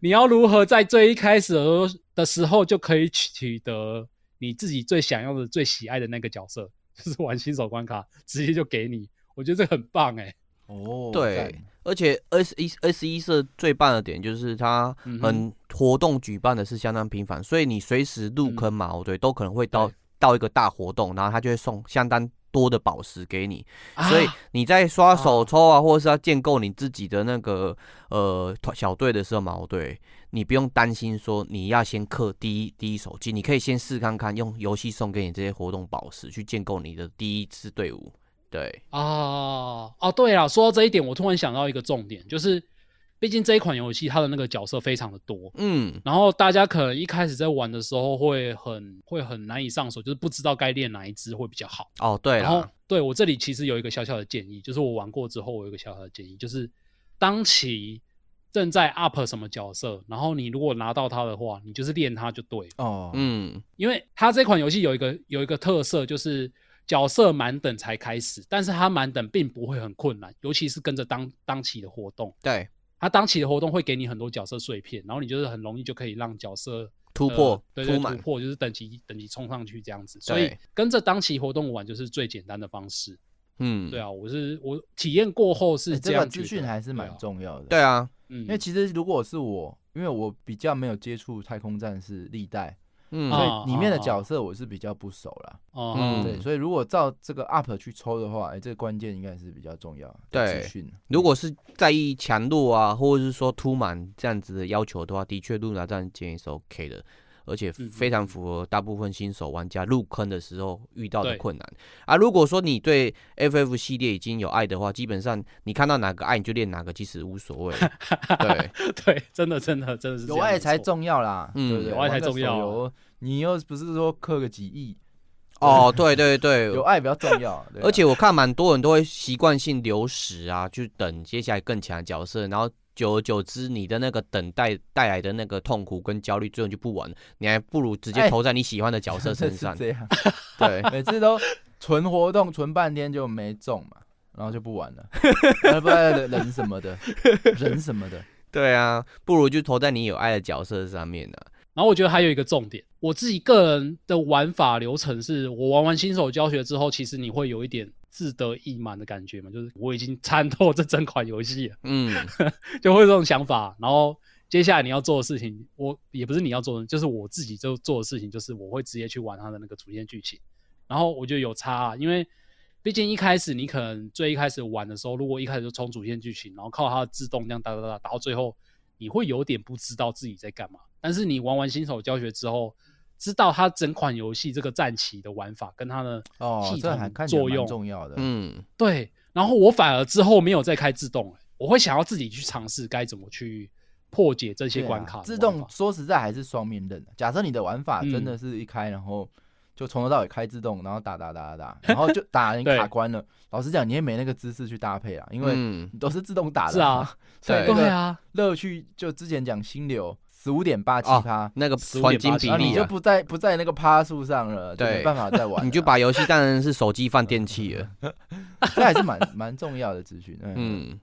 你要如何在最一开始的时候的时候就可以取得你自己最想要的、最喜爱的那个角色， 就是玩新手关卡，直接就给你，我觉得这个很棒哎、
哦，
对
赞，
而且 S 一 S 一社最棒的点就是它
嗯哼
很活动举办的是相当频繁，所以你随时入坑嘛，哦对，都可能会
嗯
到
对
到一个大活动，然后它就会送相当多的宝石给你，
啊哦
所以你在刷手抽啊，或者是要建构你自己的那个呃团小队的时候嘛，哦对，你不用担心说你要先氪第一第一手机，你可以先试看看用游戏送给你这些活动宝石去建构你的第一支队伍，对，
哦哦，对了，说到这一点，我突然想到一个重点，就是毕竟这一款游戏它的那个角色非常的多，
嗯。
然后大家可能一开始在玩的时候会很会很难以上手，就是不知道该练哪一只会比较好。
哦，对
然后
了，
对我这里其实有一个小小的建议，就是我玩过之后，我有一个小小的建议，就是当期正在 up 什么角色，然后你如果拿到它的话，你就是练它就对了，
哦，
嗯，
因为它这款游戏有一个有一个特色就是。角色满等才开始，但是它满等并不会很困难，尤其是跟着当当期的活动，
对，
它当期的活动会给你很多角色碎片，然后你就是很容易就可以让角色
突
呃
破，
对对，
突
突
满，
破就是等级等级冲上去这样子，所以
对
跟着当期活动玩就是最简单的方式。
嗯，
对啊，我是我体验过后
哎
是
这
这
个
样、
资讯还是蛮，重要的。
对啊，
嗯，因
因为其实如果是我，因为我比较没有接触太空战士历代，
嗯，
所
啊
以里面的
啊啊
角色我是比较不熟啦。
哦、
嗯
对，所以如果照这个 UP 去抽的话，哎、这个关键应该是比较重要。
对
资讯
如果是在意强弱啊，或者是说突满这样子的要求的话，的确露娜这样建议是 OK 的，而且
嗯嗯
非常符合大部分新手玩家入坑的时候遇到的
对
困难啊。如果说你对 FF 系列已经有爱的话，基本上你看到哪个爱你就练哪个，其实无所谓。对，
对，真的真的真的是这
有
样
爱
没
才
错。
重要啦，
嗯
对不对？
有爱才重要啊
玩个手游你又不是说氪个几亿，
哦，对对对，
有爱比较重要。对啊
而且我看蛮多人都会习惯性流失啊，去等接下来更强的角色，然后久而久之，你的那个等待带来的那个痛苦跟焦虑，最后你就不玩了，你还不如直接
哎
投在你喜欢的角色
真
身
的
上
是。这样，
对，
每次都存活动存半天就没中嘛，然后就 不玩了，呃不人人什么的，人什么的，
对啊，不如就投在你有爱的角色上面呢、
然后我觉得还有一个重点，我自己个人的玩法流程是，我玩完新手教学之后，其实你会有一点自得意满的感觉嘛，就是我已经参透这整款游戏了，
嗯，
就会有这种想法。然后接下来你要做的事情，我也不是你要做的，就是我自己就做的事情，就是我会直接去玩它的那个主线剧情。然后我觉得有差、啊，因为毕竟一开始你可能最一开始玩的时候，如果一开始就冲主线剧情，然后靠它的自动这样打打打打到最后，你会有点不知道自己在干嘛。但是你玩完新手教学之后，知道它整款游戏这个战棋的玩法跟它的
哦，
系
这还
统
看起来
作
蛮
用，
重要的。
嗯，
对，然后我反而之后没有再开自动了，我会想要自己去尝试该怎么去破解这
对
些
啊
关卡、
自动，说实在还是双面刃的。啊假设你的玩
嗯
法真的是一开，然后就从头到尾开自动，然后打打打打 打，然后就打人
对
卡关了。老实讲，你也没那个姿势去搭配啦，啊因为
嗯
你 都是自动打的。
是啊，
所 以
对
那
对
个
啊，
乐趣就之前讲心流十五点八七
哦
趴，
那个
15.87
黄金比
然后你
例
就
啊，
不在不在那个趴数上了，就
对
没办法再玩 了。
你就把游戏当成是手机放电器了。
这还是蛮蛮重要的资讯。嗯，
嗯，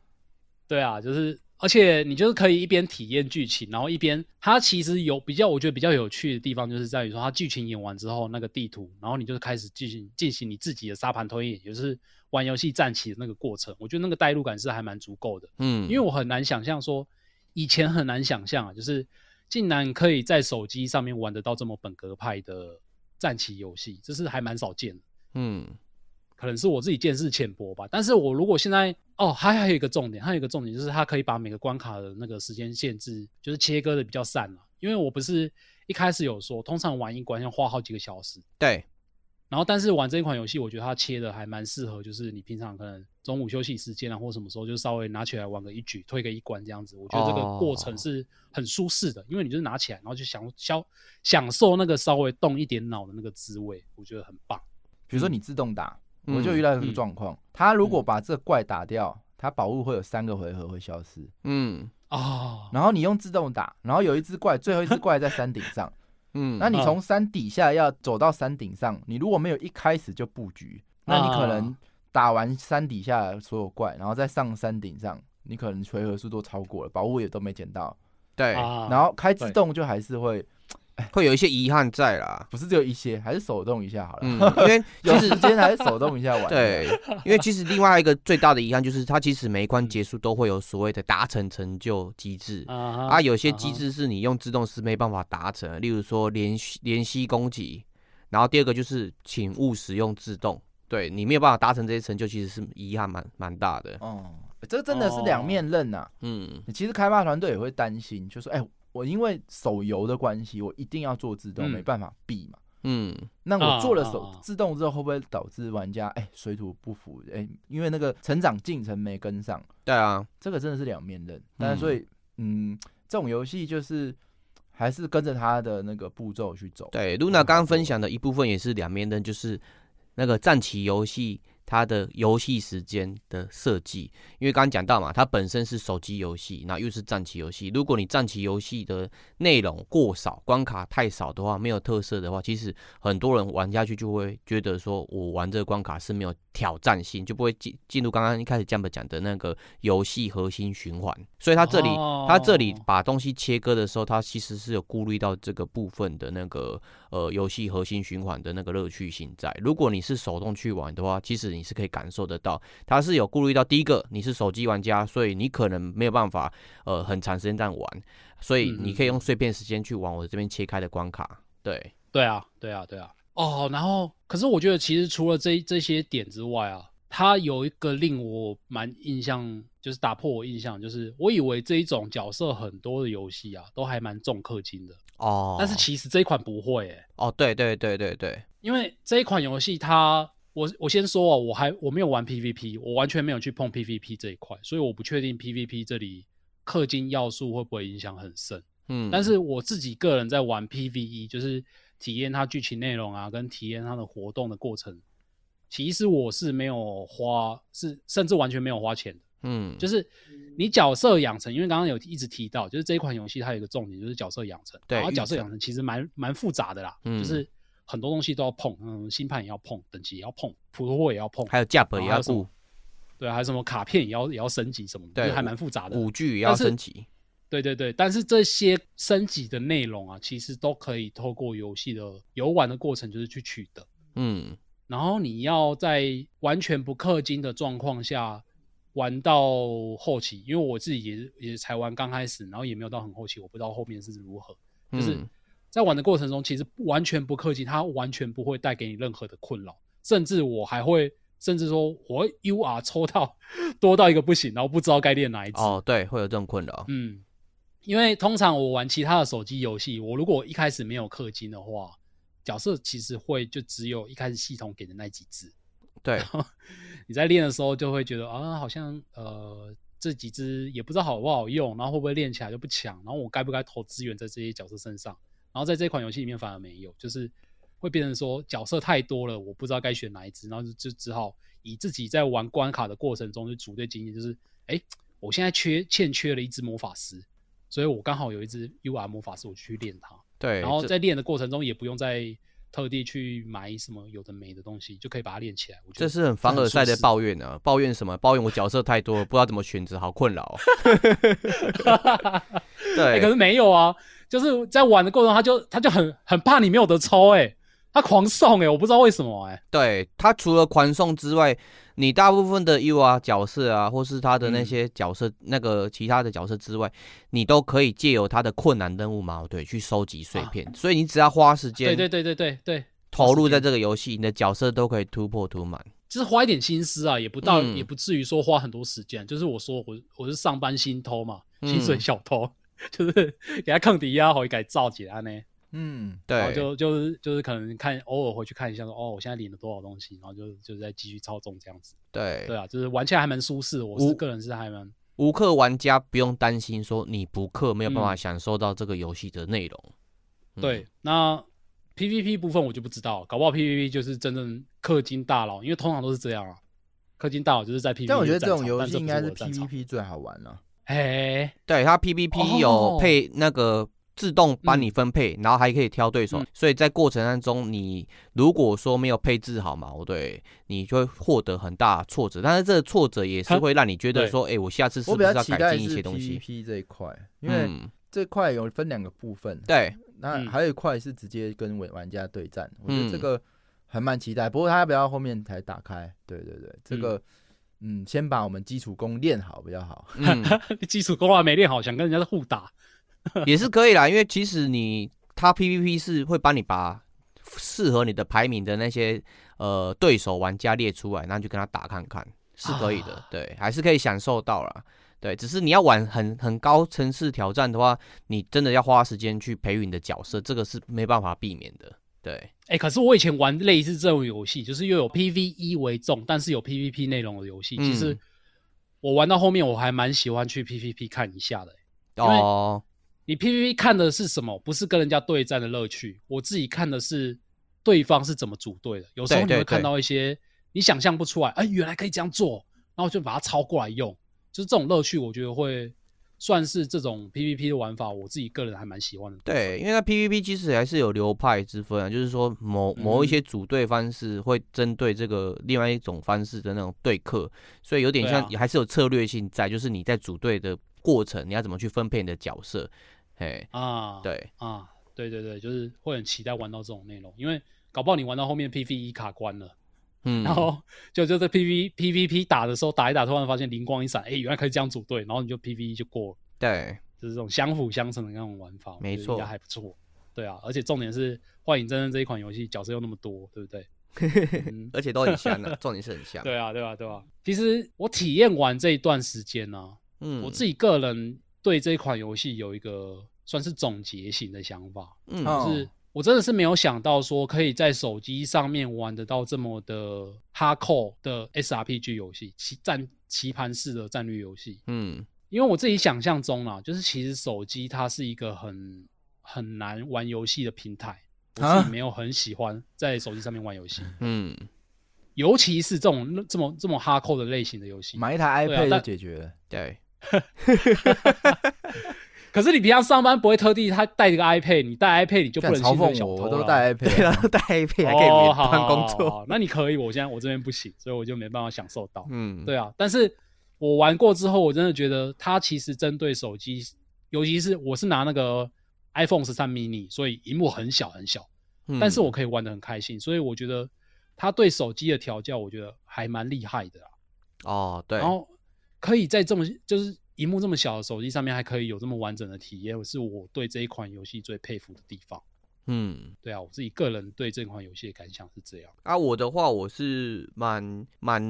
对啊，就是，而且你就是可以一边体验剧情，然后一边它其实有比较，我觉得比较有趣的地方就是在于说，它剧情演完之后那个地图，然后你就是开始进行进行你自己的沙盘推演，也就是玩游戏战棋的那个过程，我觉得那个代入感是还蛮足够的。
嗯，
因为我很难想象说，以前很难想象啊，就是竟然可以在手机上面玩得到这么本格派的战棋游戏，这是还蛮少见的。
嗯，
可能是我自己见识浅薄吧，但是我如果现在哦，还还有一个重点，还有一个重点就是它可以把每个关卡的那个时间限制，就是切割的比较散了、因为我不是一开始有说，通常玩一关要花好几个小时，
对，
然后，但是玩这一款游戏，我觉得它切的还蛮适合，就是你平常可能中午休息时间啊，或什么时候就稍微拿起来玩个一局，推个一关这样子。我觉得这个过程是很舒适的，因为你就是拿起来，然后就享享享受那个稍微动一点脑的那个滋味，我觉得很棒。
比如说你自动打，
嗯
我就遇到一个
嗯
状况，他如果把这怪打掉，他宝物会有三个回合会消失。
嗯
哦，
然后你用自动打，然后有一只怪，最后一只怪在山顶上，
嗯，
那你从山底下要走到山顶上，你如果没有一开始就布局，那你可能
啊
打完山底下的所有怪，然后再上山顶上，你可能回合数都超过了，宝物也都没捡到，
对，嗯
啊
然后开自动就还是会。
会有一些遗憾在啦。
不是只有一些，还是手动一下好了。
嗯，因 为
有
其
时
实，
间还是手动一下玩。
对，因为其实另外一个最大的遗憾就是，它其实每一关结束都会有所谓的达成成就机制。
啊
啊，有些机制是你用自动是没办法达成的，例如说连续连续攻击，然后第二个就是请勿使用自动，对你没有办法达成这些成就，其实是遗憾蛮蛮大的。
哦，这真的是两面刃呐、
嗯，
你其实开发团队也会担心，就说，哎、我因为手游的关系，我一定要做自动，
嗯
没办法避嘛。
嗯，
那我做了手、
啊啊啊
自动之后，会不会导致玩家哎、水土不服？哎、因为那个成长进程没跟上，
对啊，
这个真的是两面刃。但是所以，嗯这种游戏就是还是跟着它的那个步骤去走。
对，Luna 刚
哦
刚分享的一部分也是两面刃，就是那个战棋游戏它的游戏时间的设计，因为刚刚讲到嘛，它本身是手机游戏，那又是战棋游戏。如果你战棋游戏的内容过少，关卡太少的话，没有特色的话，其实很多人玩下去就会觉得说，我玩这个关卡是没有挑战性，就不会进进入刚刚一开始 Jump 讲的那个游戏核心循环。所以它这里
哦
它这里把东西切割的时候，它其实是有顾虑到这个部分的那个呃游戏核心循环的那个乐趣性在。如果你是手动去玩的话，其实你是可以感受得到，它是有顾虑到第一个你是手机玩家，所以你可能没有办法呃很长时间这样玩，所以
嗯嗯
你可以用碎片时间去玩我这边切开的关卡。对，
对啊，对啊，对啊。哦，然后可是我觉得其实除了这这些点之外啊，它有一个令我蛮印象，就是打破我印象，就是我以为这一种角色很多的游戏啊，都还蛮重氪金的，
哦，
但是其实这一款不会诶、欸
哦，对对对对对，
因为这一款游戏它。我我先说哦，我还我没有玩 PVP，我完全没有去碰 PVP 这一块，所以我不确定 PVP 这里氪金要素会不会影响很深。
嗯，
但是我自己个人在玩 PVE，就是体验它剧情内容啊，跟体验它的活动的过程，其实我是没有花，是甚至完全没有花钱的。
嗯，
就是是你角色养成，因为刚刚有一直提到，就是这一款游戏它有一个重点就是角色养成，
对
然后角色
育成
养成其实蛮蛮复杂的啦，
嗯
就是很多东西都要碰，嗯，星盘也要碰，等级也要碰，普通货也要碰，
还有价本也
还
要
有什么
顾，
对啊，还有什么卡片也要也要升级什么的，
对
就是还蛮复杂的。
五句也要
但是
升级。
对对对，但是这些升级的内容啊，其实都可以透过游戏的游玩的过程，就是去取得。
嗯，
然后你要在完全不氪金的状况下玩到后期，因为我自己也是也才玩刚开始，然后也没有到很后期，我不知道后面是如何。就是
嗯
在玩的过程中，其实完全不氪金，它完全不会带给你任何的困扰，甚至我还会，甚至说我会 UR 抽到 多到一个不行，然后不知道该练哪一只。
哦，对，会有这种困扰。
嗯，因为通常我玩其他的手机游戏，我如果一开始没有氪金的话，角色其实会就只有一开始系统给的那几只。
对，
你在练的时候就会觉得啊，好像呃这几只也不知道好不好用，然后会不会练起来就不强，然后我该不该投资源在这些角色身上？然后在这款游戏里面反而没有，就是会变成说角色太多了，我不知道该选哪一只，然后就就只好以自己在玩关卡的过程中就组队经验，就是哎，我现在缺欠缺了一只魔法师，所以我刚好有一只 UR 魔法师，我就去练它。
对，
然后
这
在练的过程中也不用再特地去买什么有的没的东西，就可以把它练起来。我觉
这
得
是很凡尔赛的
报。
抱怨啊！抱 怨什么？抱怨我角色太多了，不知道怎么选择，好困扰哦。
欸可
对
是，没有啊，就是在玩的过程中，他就他就很很怕你没有得抽、欸，他狂送、欸，我不知道为什么、欸，
对他除了狂送之外，你大部分的 U 啊角色啊，或是他的那
嗯
些角色、那个其他的角色之外，你都可以借由他的困难任务嘛，对，去收集碎片。所以你只要花时
啊对
间
对对对对对，
投入在这个游戏，你的角色都可以突破涂满。
就是花一点心思啊，也不到、
嗯
也不至于说花很多时间。就是我说我我是上班新偷嘛，薪水
嗯
小偷， 就是给他坑底啊，或改造起来呢。
嗯，
然后
对，
就就是就是可能看偶尔回去看一下说哦，我现在领了多少东西，然后就就是再继续操纵这样子。
对
对啊，就是玩起来还蛮舒适的，我
我
是个人是还蛮
无氪玩家不用担心说你不氪没有办法
嗯
享受到这个游戏的内容。嗯
对，，那 PVP 部分我就不知道，搞不好 PVP 就是真正氪金大佬，因为通常都是这样啊。氪金大佬就是在 PVP，
但我觉得这
战场
种游
但
戏
这
应
不
该
我
是
的战场
PVP 最好玩了、
哎，
对，它 PVP
哦
有配那个自动
嗯
帮你分配，然后还可以挑对手，
嗯
所以在过程当中，你如果说没有配置好嘛，对，你就会获得很大的挫折。但是这个挫折也是
它
会让你觉得
对
说，哎、我下次是
我
不
比
是
较
要
期待
改进一
是
些东西？
PVP 这一块，因为
嗯，
这块有分两个部分，
对，
那
嗯
还有一块是直接跟玩玩家对战，我觉得
嗯
这个还蛮期待。不过他要不要后面才打开？对对对，这个嗯，先把我们基础功练好比较好。
嗯，
基础功啊没练好，想跟人家互打，
也是可以啦，因为其实你他 PVP 是会帮你把适合你的排名的那些呃对手玩家列出来，然后就跟他打看看，是可以的，
啊
对，还是可以享受到啦。对，只是你要玩很很高层次挑战的话，你真的要花时间去培育你的角色，这个是没办法避免的。对，
哎、可是我以前玩类似这种游戏，就是又有 PVE 为重，但是有 PVP 内容的游戏，
嗯
其实我玩到后面我还蛮喜欢去 PVP 看一下的、因为
哦，
你 PVP 看的是什么？不是跟人家对战的乐趣，我自己看的是对方是怎么组队的。有时候
对
你
对
会看
对
到一些你想象不出来，哎、原来可以这样做，然后就把它抄过来用，就是这种乐趣，我觉得会算是这种 PVP 的玩法，我自己个人还蛮喜欢的。
对，因为它 PVP 其实还是有流派之分啊，就是说某某一些组队方式会针对这个另外一种方式的那种对客，所以有点
对
像、
啊
也还是有策略性在，就是你在组队的过程，你要怎么去分配你的角色，嘿，
啊，
对，
啊，对对对，就是会很期待玩到这种内容，因为搞不好你玩到后面 PVE 卡关了，
嗯，
然后就就在 PV PVP 打的时候打一打，突然发现灵光一闪，哎，原来可以这样组队，然后你就 PVE 就过了。
对，
就是这种相辅相成的那种玩法，我
没
觉得
错
应该还不错。对啊，而且重点是《幻影真人》这一款游戏角色又那么多，对不对？ 嗯
而且都很香的、重点是很香，
对啊，对啊，对啊。其实我体验完这一段时间呢、
嗯
我自己个人对这一款游戏有一个算是总结型的想法，
嗯
哦
就是我真的是没有想到说可以在手机上面玩得到这么的哈扣的 SRPG 游戏，棋战棋盘式的战略游戏。
嗯
因为我自己想象中啦，就是其实手机它是一个很很难玩游戏的平台，我自
啊
己没有很喜欢在手机上面玩游戏，
嗯，
尤其是这种这么这么哈扣的类型的游戏。
买一台
对啊
iPad 就
但
解决了。
对，
可是你平常上班不会特地他带一个 iPad，你带 iPad 你就不
敢
能
嘲
心碎
讽
小
我，
偷
我都
啦
带 iPad 啊。
带 iPad 还可以
哦，
免
好
办
好
工
好
作，
好那你可以，我现在我这边不行，所以我就没办法享受到。
嗯，
对啊，但是我玩过之后，我真的觉得它其实针对手机，尤其是我是拿那个 iPhone 十三 mini，所以荧幕很小很小，
嗯，
但是我可以玩的很开心，所以我觉得它对手机的调教，我觉得还蛮厉害的啦。啊
哦对，
然后可以在这么就是荧幕这么小的手机上面，还可以有这么完整的体验，是我对这一款游戏最佩服的地方。
嗯。
对啊，我自己个人对这款游戏的感想是这样。
啊，我的话我是蛮蛮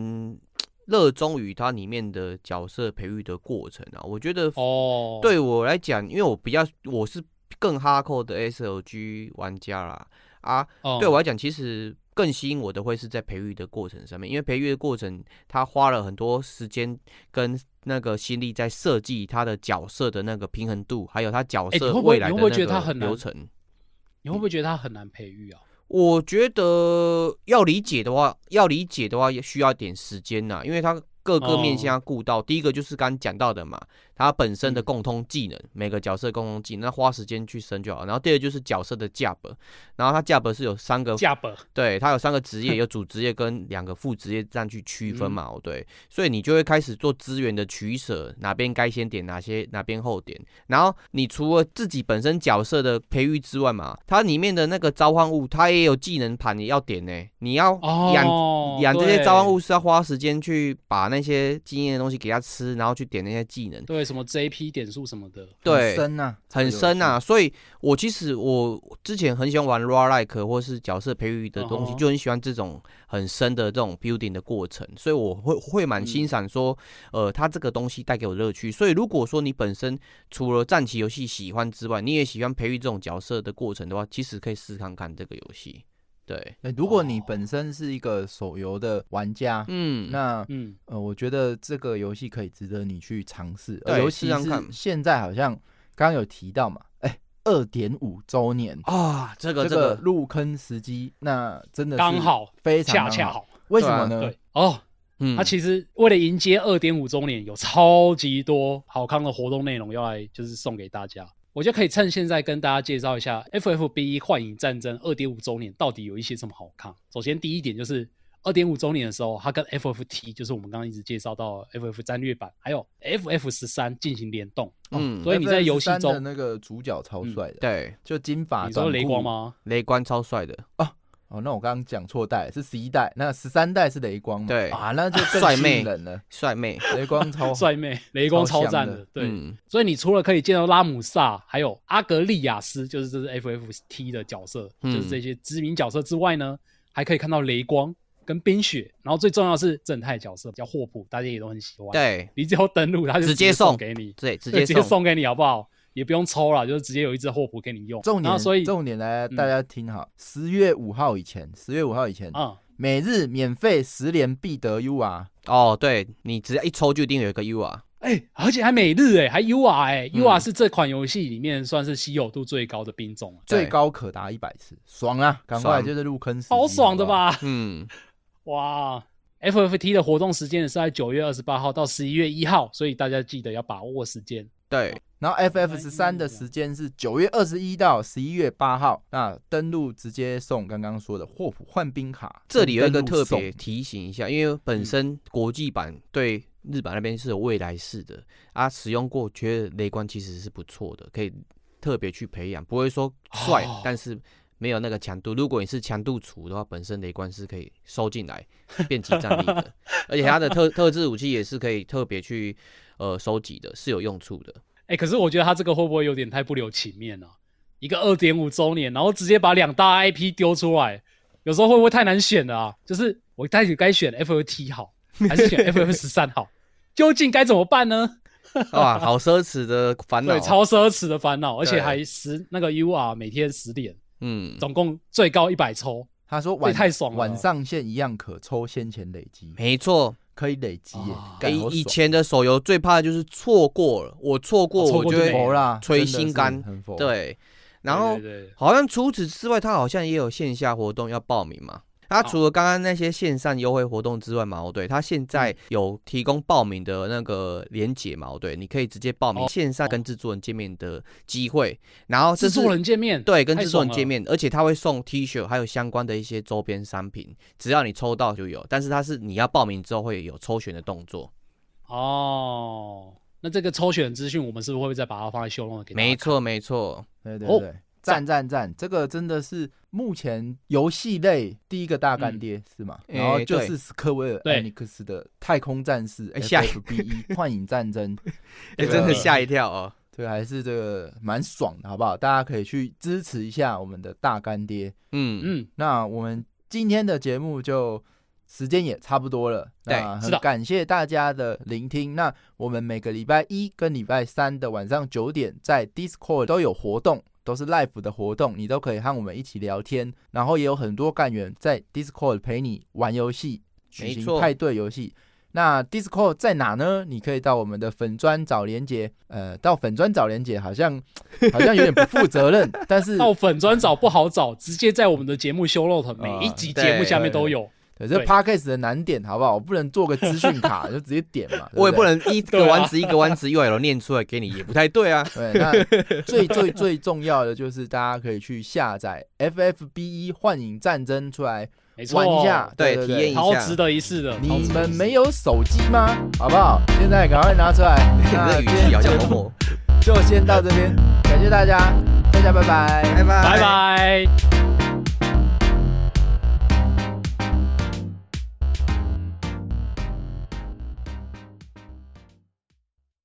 热衷于它里面的角色培育的过程啊。我觉得
哦，
对我来讲，因为我比较我是更哈扣的 SLG 玩家啦啊，
嗯，
对我来讲，其实更吸引我的会是在培育的过程上面，因为培育的过程，他花了很多时间跟那个心力在设计他的角色的那个平衡度，还有他角
哎你会
色
不会
未来的
你会不会觉得
那
它
个
很难
流程。
你会不会觉得它很难培育啊？
我觉得要理解的话，要理解的话也需要点时间呐、因为它各个面向要顾到。第一个就是刚讲到的嘛，它本身的
嗯
共通技能，每个角色共通技能，那花时间去深就好。然后第二个就是角色的价本，然后它价本是有三个
架本
对，它有三个职 业，有主职业跟两个副职业这样去区
嗯
分嘛，哦对，所以你就会开始做资源的取舍，哪边该先点，哪些哪边后点。然后你除了自己本身角色的培育之外嘛，它里面的那个召唤物，它也有技能盘也要点呢、你要
哦，
养、养这些召唤
对
物是要花时间去把那些经验的东西给它吃，然后去点那些技能。
对，什么 JP 点数什么的，
对
很，深呐、啊，
很深
呐、
啊，所以我其实我之前很喜欢玩 raw like 或是角色培育的东西
嗯哼
就很喜欢这种很深的这种 building 的过程，所以我会会蛮欣赏说，呃，它这个东西带给我乐趣。所以如果说你本身除了战棋游戏喜欢之外，你也喜欢培育这种角色的过程的话，其实可以试看看这个游戏。对，
哎如果你
哦
本身是一个手游的玩家，
嗯，
那
嗯，
呃，我觉得这个游戏可以值得你去尝试，呃
对
尤
试
其
试
是
看
现在好像刚刚有提到嘛，哎，二点五周年，
啊，这个
这
这
个
个，
入坑时机，那真的是
刚好
非常
恰
刚
恰
好，
好，
为什么
对啊
呢
对？哦。
嗯
它其实为了迎接二点五周年，有超级多好康的活动内容要来，就是送给大家。我就可以趁现在跟大家介绍一下 FFB 幻影战争二点五周年到底有一些什么好康。首先第一点就是。二点五周年的时候，它跟 FFT 就是我们刚刚一直介绍到的 FF 战略版，还有 FF 十三进行联动。
哦
嗯，
所以你在游戏
FF13
中嗯
的那个主角超帅的，
对，
就金发
你说
啊短
雷
裤
光？吗？
雷光超帅的，
哦，那我刚刚讲错代，是十一代，那十三代是雷光嘛？
对
啊，那就更
帅
吸
妹
引人了。
帅妹，
雷光 超
帅妹，雷光
超
超
香
赞
的
的，对。
嗯
所以你除了可以见到拉姆萨，还有阿格利亚斯，就是这是 FFT 的角色，
嗯
就是这些知名角色之外呢，还可以看到雷光跟冰雪，然后最重要的是正太角色叫霍普，大家也都很喜欢。，
对，
你只要登录，他就
直接
送
送
给你，
对，直
对
接
直接送给你好不好？也不用抽了，就是直接有一只霍普给你用。
重
然
点，
后所以
重点来，
嗯
大家听好，十月五号以前，十月五号以前，
嗯，
每日免费十连必得 UR，
哦，对你只要一抽就一定有一个 U 啊，
哎、而且还每日哎、还 UR 哎、
嗯
u r 是这款游戏里面算是稀有度最高的兵种啊了，
对
最高可达一百次，爽啊！赶快
爽
就是入坑时机，
超爽的
好不好？
吧？
嗯，
哇，FFT 的活动时间是在九月二十八号到十一月一号，所以大家记得要把握时间。
对，
然后 FF 十三的时间是九月二十一到十一月八号，那登录直接送刚刚说的霍普换兵卡。
这里有一个
登录
特
送
别提醒一下，因为
嗯
本身国际版对日版那边是有未来式的啊，使用过，觉得雷光其实是不错的，可以特别去培养，不会说帅，
哦
但是没有那个强度。如果你是强度厨的话，本身雷光是可以收进来变集战力 的，而且它的特特制武器也是可以特别去呃收集的，是有用处的。
哎、可是我觉得他这个会不会有点太不留情面了、啊一个二点五周年，然后直接把两大 IP 丢出来，有时候会不会太难选了啊？就是我到底该选 FFT 好，还是选 FF 十三好？究竟该怎么办呢？
哇，好奢侈的烦恼啊哦
对，，超奢侈的烦恼，而且
对
还十那个 UR 每天十点，
嗯，
总共最高一百抽，
他说晚
这太爽了
晚上线一样可抽先前累积，
没错，
可以累积耶
啊。
干好爽
哎以以前的手游最怕的就是错过了，我错过
哦错
我
过
就
就
会
没
佛啦，
捶
真的是
心肝
很佛。，
对，然后
对对对
好像除此之外，它好像也有线下活动要报名嘛。
哦
它除了刚刚那些线上优惠活动之外嘛，哦对，它现
嗯
在有提供报名的那个连结嘛，哦对，你可以直接报名线上跟制作人见面的机会，然后这
制
是
作人见面，
对跟
太
制作人
爽了
见面，而且他会送 T 恤，还有相关的一些周边商品，只要你抽到就有，但是它是你要报名之后会有抽选的动作。
哦，那这个抽选资讯，我们是不是会再把它放在秀弄给大家看
没，错，没错，
对对
哦
对，赞赞赞！这个真的是目前游戏类第一个大干爹、是吗？
诶
然后就是斯科威尔
嗯对
艾尼克斯的《太空战士
诶》哎吓一
FFB 一 E，幻影战争，
哎、
对
真的
啊
吓一跳哦。
这个还是这个蛮爽的，好不好？大家可以去支持一下我们的大干爹。
嗯
嗯，
那我们今天的节目就时间也差不多了，
对
那
是
很
的
感谢大家的聆听。那我们每个礼拜一跟礼拜三的晚上九点，在 Discord 都有活动。都是 live 的活动，你都可以和我们一起聊天，然后也有很多干员在 Discord 陪你玩游戏，举
没
行
错
派对游戏。那 Discord 在哪呢？你可以到我们的粉砖找连接，呃，到粉砖找连接 好像好像有点不负责任，但是
到粉砖找不好找，直接在我们的节目修漏的每一
啊
集节目下面都有，
对，这
对
podcast 的难点好不好？我不能做个资讯卡就直接点嘛，对对
我也不。能一
对
个
啊
丸子一个丸子 URL 念出来给你，也不太对啊。
对，那最最最重要的就是大家可以去下载 FFB 一 E 幻影战争出来
没错，
玩一下，
对
对
体验一下
超值得一试的，
你们没有手机吗？好不好？现在赶快拿 出来。
你
那
的
今
语气
天
好像某
啊就
某，
就先到这边，感谢大家，大家拜拜。
拜拜
超值，拜拜。